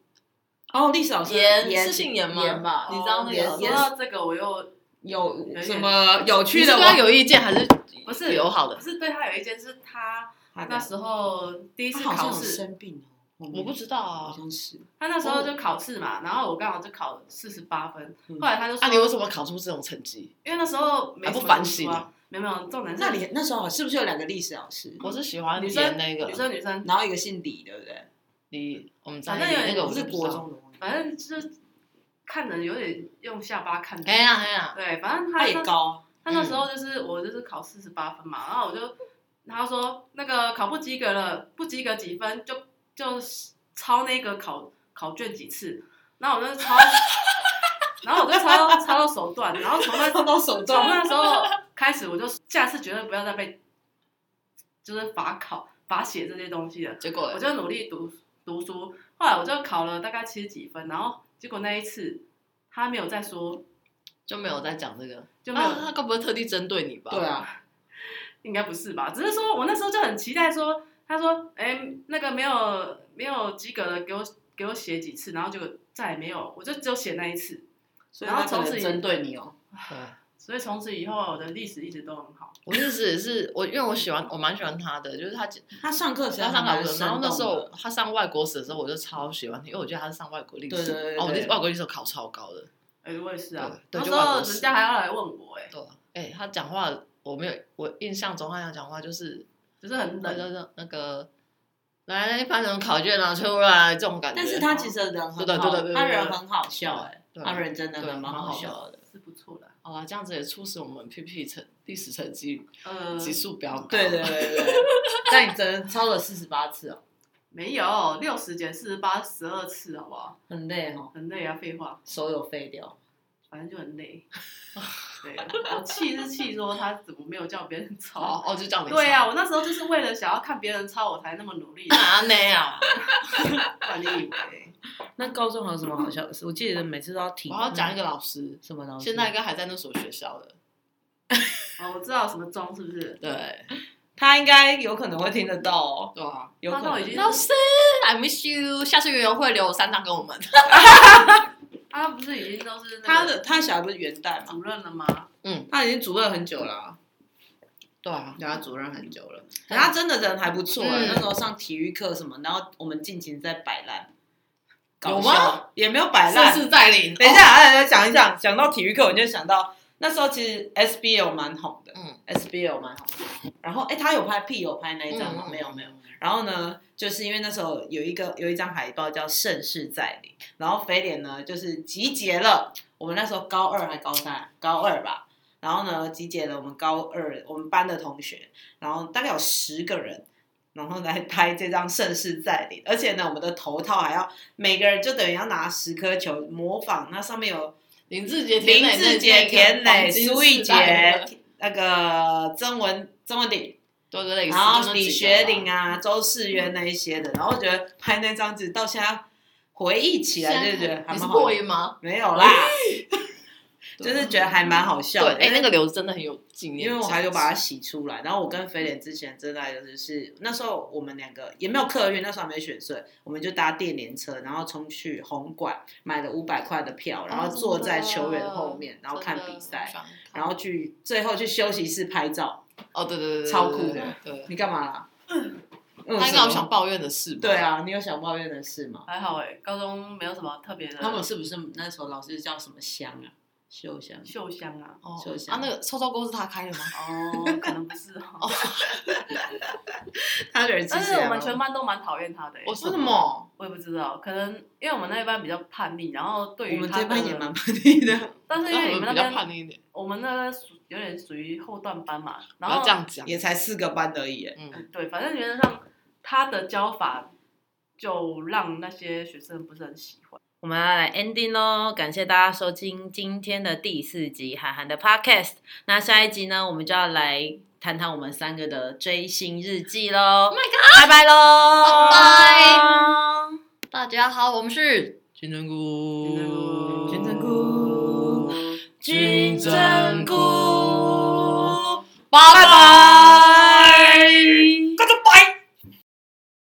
[SPEAKER 2] 哦，历史老师
[SPEAKER 1] 严
[SPEAKER 2] 严
[SPEAKER 1] 是姓严吗
[SPEAKER 2] 严吧，
[SPEAKER 1] 你知道那个
[SPEAKER 2] 严
[SPEAKER 4] 哦说
[SPEAKER 2] 严
[SPEAKER 4] 到这个，我又
[SPEAKER 2] 有
[SPEAKER 4] 点
[SPEAKER 2] 什么有趣
[SPEAKER 1] 你
[SPEAKER 2] 的
[SPEAKER 1] 是对
[SPEAKER 2] 吗
[SPEAKER 1] 他？有意见还是
[SPEAKER 4] 不是
[SPEAKER 1] 友好
[SPEAKER 4] 可
[SPEAKER 1] 的？
[SPEAKER 4] 是对他有意见，是他
[SPEAKER 2] 他的
[SPEAKER 4] 那时候第一
[SPEAKER 2] 他
[SPEAKER 4] 次
[SPEAKER 2] 好像
[SPEAKER 4] 考
[SPEAKER 2] 有
[SPEAKER 4] 试，
[SPEAKER 2] 生病哦，
[SPEAKER 1] 我不知道
[SPEAKER 2] 好
[SPEAKER 1] 啊。
[SPEAKER 2] 像是。
[SPEAKER 4] 他那时候就考试嘛，然后我刚好就考四十八分，
[SPEAKER 2] 嗯
[SPEAKER 4] 后来他就说
[SPEAKER 1] 啊那，你为什么考出这种成绩？
[SPEAKER 4] 因为那时候没
[SPEAKER 1] 还不
[SPEAKER 4] 什么
[SPEAKER 1] 反
[SPEAKER 4] 读书
[SPEAKER 1] 省
[SPEAKER 4] 啊，没有没有，重点是
[SPEAKER 2] 那里那时候是不是有两个历史老师？
[SPEAKER 1] 我是喜欢
[SPEAKER 4] 女
[SPEAKER 1] 演
[SPEAKER 4] 生
[SPEAKER 1] 那
[SPEAKER 4] 女
[SPEAKER 1] 个
[SPEAKER 4] 生女生，
[SPEAKER 2] 然后一个姓李，对不对？
[SPEAKER 1] 你，我们在
[SPEAKER 4] 反正有
[SPEAKER 1] 那个
[SPEAKER 4] 对
[SPEAKER 1] 我
[SPEAKER 2] 不是
[SPEAKER 1] 就不
[SPEAKER 2] 国
[SPEAKER 1] 知道。
[SPEAKER 2] 中的吗，
[SPEAKER 4] 反正就是看人有点用下巴看
[SPEAKER 1] 哎
[SPEAKER 4] 人，
[SPEAKER 1] 呀哎呀，
[SPEAKER 4] 对，反正
[SPEAKER 2] 他
[SPEAKER 4] 他
[SPEAKER 2] 也高，
[SPEAKER 4] 他那时候就是我就是考四十八分嘛，然后我就他说那个考不及格了，不及格几分就就抄那个考考卷几次，然后我就 抄，然后我就抄抄到手断，然后从那
[SPEAKER 2] 放到手
[SPEAKER 4] 从
[SPEAKER 2] 中。
[SPEAKER 4] 那时候开始，我就下次绝对不要再被就是罚考罚写这些东西了，
[SPEAKER 1] 结果
[SPEAKER 4] 我
[SPEAKER 1] 嘞
[SPEAKER 4] 就努力读读书，后来我就考了大概七十几分，然后结果那一次他没有再说，
[SPEAKER 1] 就没有再讲这个。
[SPEAKER 4] 就没有
[SPEAKER 1] 那他该不会特地针对你吧？
[SPEAKER 2] 对啊，
[SPEAKER 4] 应该不是吧？只是说我那时候就很期待说，他说，哎、那个没有没有及格的，给我给我写几次，然后结果再也没有，我就只有写那一次。
[SPEAKER 2] 所以他
[SPEAKER 4] 然后
[SPEAKER 2] 可
[SPEAKER 4] 从
[SPEAKER 2] 能
[SPEAKER 4] 此
[SPEAKER 2] 针对你哦。
[SPEAKER 1] 对，
[SPEAKER 4] 所以从此以后我的历史一直都很好。
[SPEAKER 1] 嗯我日子是我，因为我喜欢，我蛮喜欢他的，就是他
[SPEAKER 2] 他上课时
[SPEAKER 1] 他上
[SPEAKER 2] 老
[SPEAKER 1] 外国，然后那时候他上外国史的时候，我就超喜欢听，因为我觉得他是上外国历史，
[SPEAKER 2] 对对对
[SPEAKER 1] 哦，我
[SPEAKER 2] 对
[SPEAKER 1] 历外国历史考超高的，
[SPEAKER 4] 哎、我也是啊，
[SPEAKER 1] 对对
[SPEAKER 4] 那时
[SPEAKER 1] 就外
[SPEAKER 4] 候
[SPEAKER 1] 国史
[SPEAKER 4] 人家还要来问我、哎，
[SPEAKER 1] 对啊，哎、他讲话我没有，我印象中他讲讲话就是
[SPEAKER 4] 就是很
[SPEAKER 1] 那
[SPEAKER 4] 冷。
[SPEAKER 1] 个那个，来来，你把什么考卷拿出来这种感觉，
[SPEAKER 2] 但是他其实人很好，
[SPEAKER 1] 对的对的对的
[SPEAKER 2] 他人很好笑哎、
[SPEAKER 1] 对啊
[SPEAKER 2] 他人真的
[SPEAKER 1] 对
[SPEAKER 2] 很蛮
[SPEAKER 1] 蛮好
[SPEAKER 2] 好
[SPEAKER 1] 笑
[SPEAKER 2] 笑的。
[SPEAKER 4] 是不错的，
[SPEAKER 1] 好了，这样子也促使我们 PP 成历史成绩
[SPEAKER 4] 呃，
[SPEAKER 1] 指数飙高，
[SPEAKER 2] 嗯对对对 对，但你真超了四十八次哦，
[SPEAKER 4] 没有六十减四十八十二次，好不好？
[SPEAKER 2] 很累哦，
[SPEAKER 4] 很累啊，废话，
[SPEAKER 2] 手有废掉。
[SPEAKER 4] 反正就很累。 对，我气是气说他怎么没有叫别人抄。
[SPEAKER 1] 好，哦，就叫你
[SPEAKER 4] 对啊，我那时候就是为了想要看别人抄，我才那么努力的。
[SPEAKER 1] 啊，没 啊，
[SPEAKER 4] 不然你以 为？
[SPEAKER 2] 那高中还有什么好笑的事？我记得每次都要停。嗯
[SPEAKER 1] 我要讲一个老师，
[SPEAKER 2] 什么东西？
[SPEAKER 1] 现在应该还在那所学校的，
[SPEAKER 4] 哦，我知道什么钟是不是？
[SPEAKER 1] 对
[SPEAKER 2] 他应该有可能会听得到哦，
[SPEAKER 1] 对啊，
[SPEAKER 2] 有可
[SPEAKER 4] 他都
[SPEAKER 2] 能
[SPEAKER 4] 已经
[SPEAKER 1] 老师，I miss you，下次园游会留三张给我们。
[SPEAKER 4] 他不是已经都是那个
[SPEAKER 2] 他的他小孩不是元旦嘛，
[SPEAKER 4] 主任了吗？
[SPEAKER 2] 他已经主任很久了啊、
[SPEAKER 1] 对啊，
[SPEAKER 2] 对他主任很久了，可他真的人还不错、欸
[SPEAKER 1] 嗯
[SPEAKER 2] 那时候上体育课什么，然后我们尽情在摆烂，搞
[SPEAKER 1] 有
[SPEAKER 2] 笑
[SPEAKER 1] 吗？
[SPEAKER 2] 也没有摆烂，
[SPEAKER 1] 盛世在临。
[SPEAKER 2] 等一下，哎，来讲一讲，讲到体育课，我就想到那时候其实 SBL 蛮红的，
[SPEAKER 1] 嗯
[SPEAKER 2] ，SBL 蛮红的。然后，哎，他有拍 P 有拍那一张吗？
[SPEAKER 1] 嗯嗯
[SPEAKER 2] 哦没有，没有。然后呢，就是因为那时候有一个有一张海报叫《盛世在临》，然后肥脸呢就是集结了我们那时候高二还高三，高二吧。然后呢，集结了我们高二我们班的同学，然后大概有十个人，然后来拍这张《盛世在临》，而且呢，我们的头套还要每个人就等于要拿十颗球模仿，那上面有
[SPEAKER 1] 林志杰、田
[SPEAKER 2] 林
[SPEAKER 1] 磊
[SPEAKER 2] 志杰、田磊、苏
[SPEAKER 1] 一
[SPEAKER 2] 奕杰，那个曾文曾文鼎，
[SPEAKER 1] 对对对，
[SPEAKER 2] 然后李学林啊、周世渊那一些的，然后我觉得拍那张纸到现在回忆起来就觉得还
[SPEAKER 1] 你是
[SPEAKER 2] 蛮好
[SPEAKER 1] 破，音吗？啊
[SPEAKER 2] 没有啦，就是觉得还蛮好笑
[SPEAKER 1] 对，
[SPEAKER 2] 的。
[SPEAKER 1] 哎，那个留子真的很有纪念价值，
[SPEAKER 2] 因为我还有把它洗出来。然后我跟肥脸之前真的就是是那时候我们两个也没有客运，那时候还没选税，我们就搭电联车，然后冲去红馆买了五百块的
[SPEAKER 1] 哦
[SPEAKER 2] 票，然后坐在球员后面，然后看比赛，，然后去最后去休息室拍照。
[SPEAKER 1] 哦，对对对，对，
[SPEAKER 2] 你干嘛 啦？嗯
[SPEAKER 1] 他应
[SPEAKER 2] 什
[SPEAKER 1] 该
[SPEAKER 2] 么
[SPEAKER 1] 有想抱怨的事吧？
[SPEAKER 2] 对，啊，你有想抱怨的事吗？
[SPEAKER 4] 还好哎、高中没有什么特别的。
[SPEAKER 2] 他们是不是那时候老师叫什么香啊？秀香？
[SPEAKER 4] 秀香啊，
[SPEAKER 1] 哦
[SPEAKER 2] 休息，
[SPEAKER 1] 啊，那个臭臭锅是他开的吗？
[SPEAKER 4] 哦，可能不是哦。
[SPEAKER 2] 他人
[SPEAKER 4] 但是我们全班都蛮讨厌他的、欸，
[SPEAKER 1] 我
[SPEAKER 2] 为什么？
[SPEAKER 4] 我也不知道，可能因为我们那一班比较叛逆，然后对
[SPEAKER 2] 我
[SPEAKER 4] 于
[SPEAKER 2] 们
[SPEAKER 4] 他
[SPEAKER 2] 这
[SPEAKER 4] 的，
[SPEAKER 2] 班也蛮叛逆的。
[SPEAKER 4] 但是因为你
[SPEAKER 1] 们
[SPEAKER 4] 们那
[SPEAKER 1] 比较
[SPEAKER 4] 边，
[SPEAKER 1] 叛逆一点，
[SPEAKER 4] 我们那边属有点属于后段班嘛，
[SPEAKER 1] 不
[SPEAKER 4] 然
[SPEAKER 1] 要
[SPEAKER 4] 后
[SPEAKER 1] 这样讲，
[SPEAKER 2] 也才四个班而已耶，
[SPEAKER 1] 嗯，
[SPEAKER 4] 对，反正原则上他的教法就让那些学生不是很喜欢。
[SPEAKER 2] 我们要来 ending 喽，感谢大家收听今天的第四集韩寒的 podcast。那下一集呢，我们就要来谈谈我们三个的追星日记喽。
[SPEAKER 1] my
[SPEAKER 2] 拜拜喽，
[SPEAKER 1] 拜大家好，我们是金针菇，
[SPEAKER 2] 金针菇，
[SPEAKER 1] 金针菇，
[SPEAKER 2] 菇。
[SPEAKER 1] 拜拜。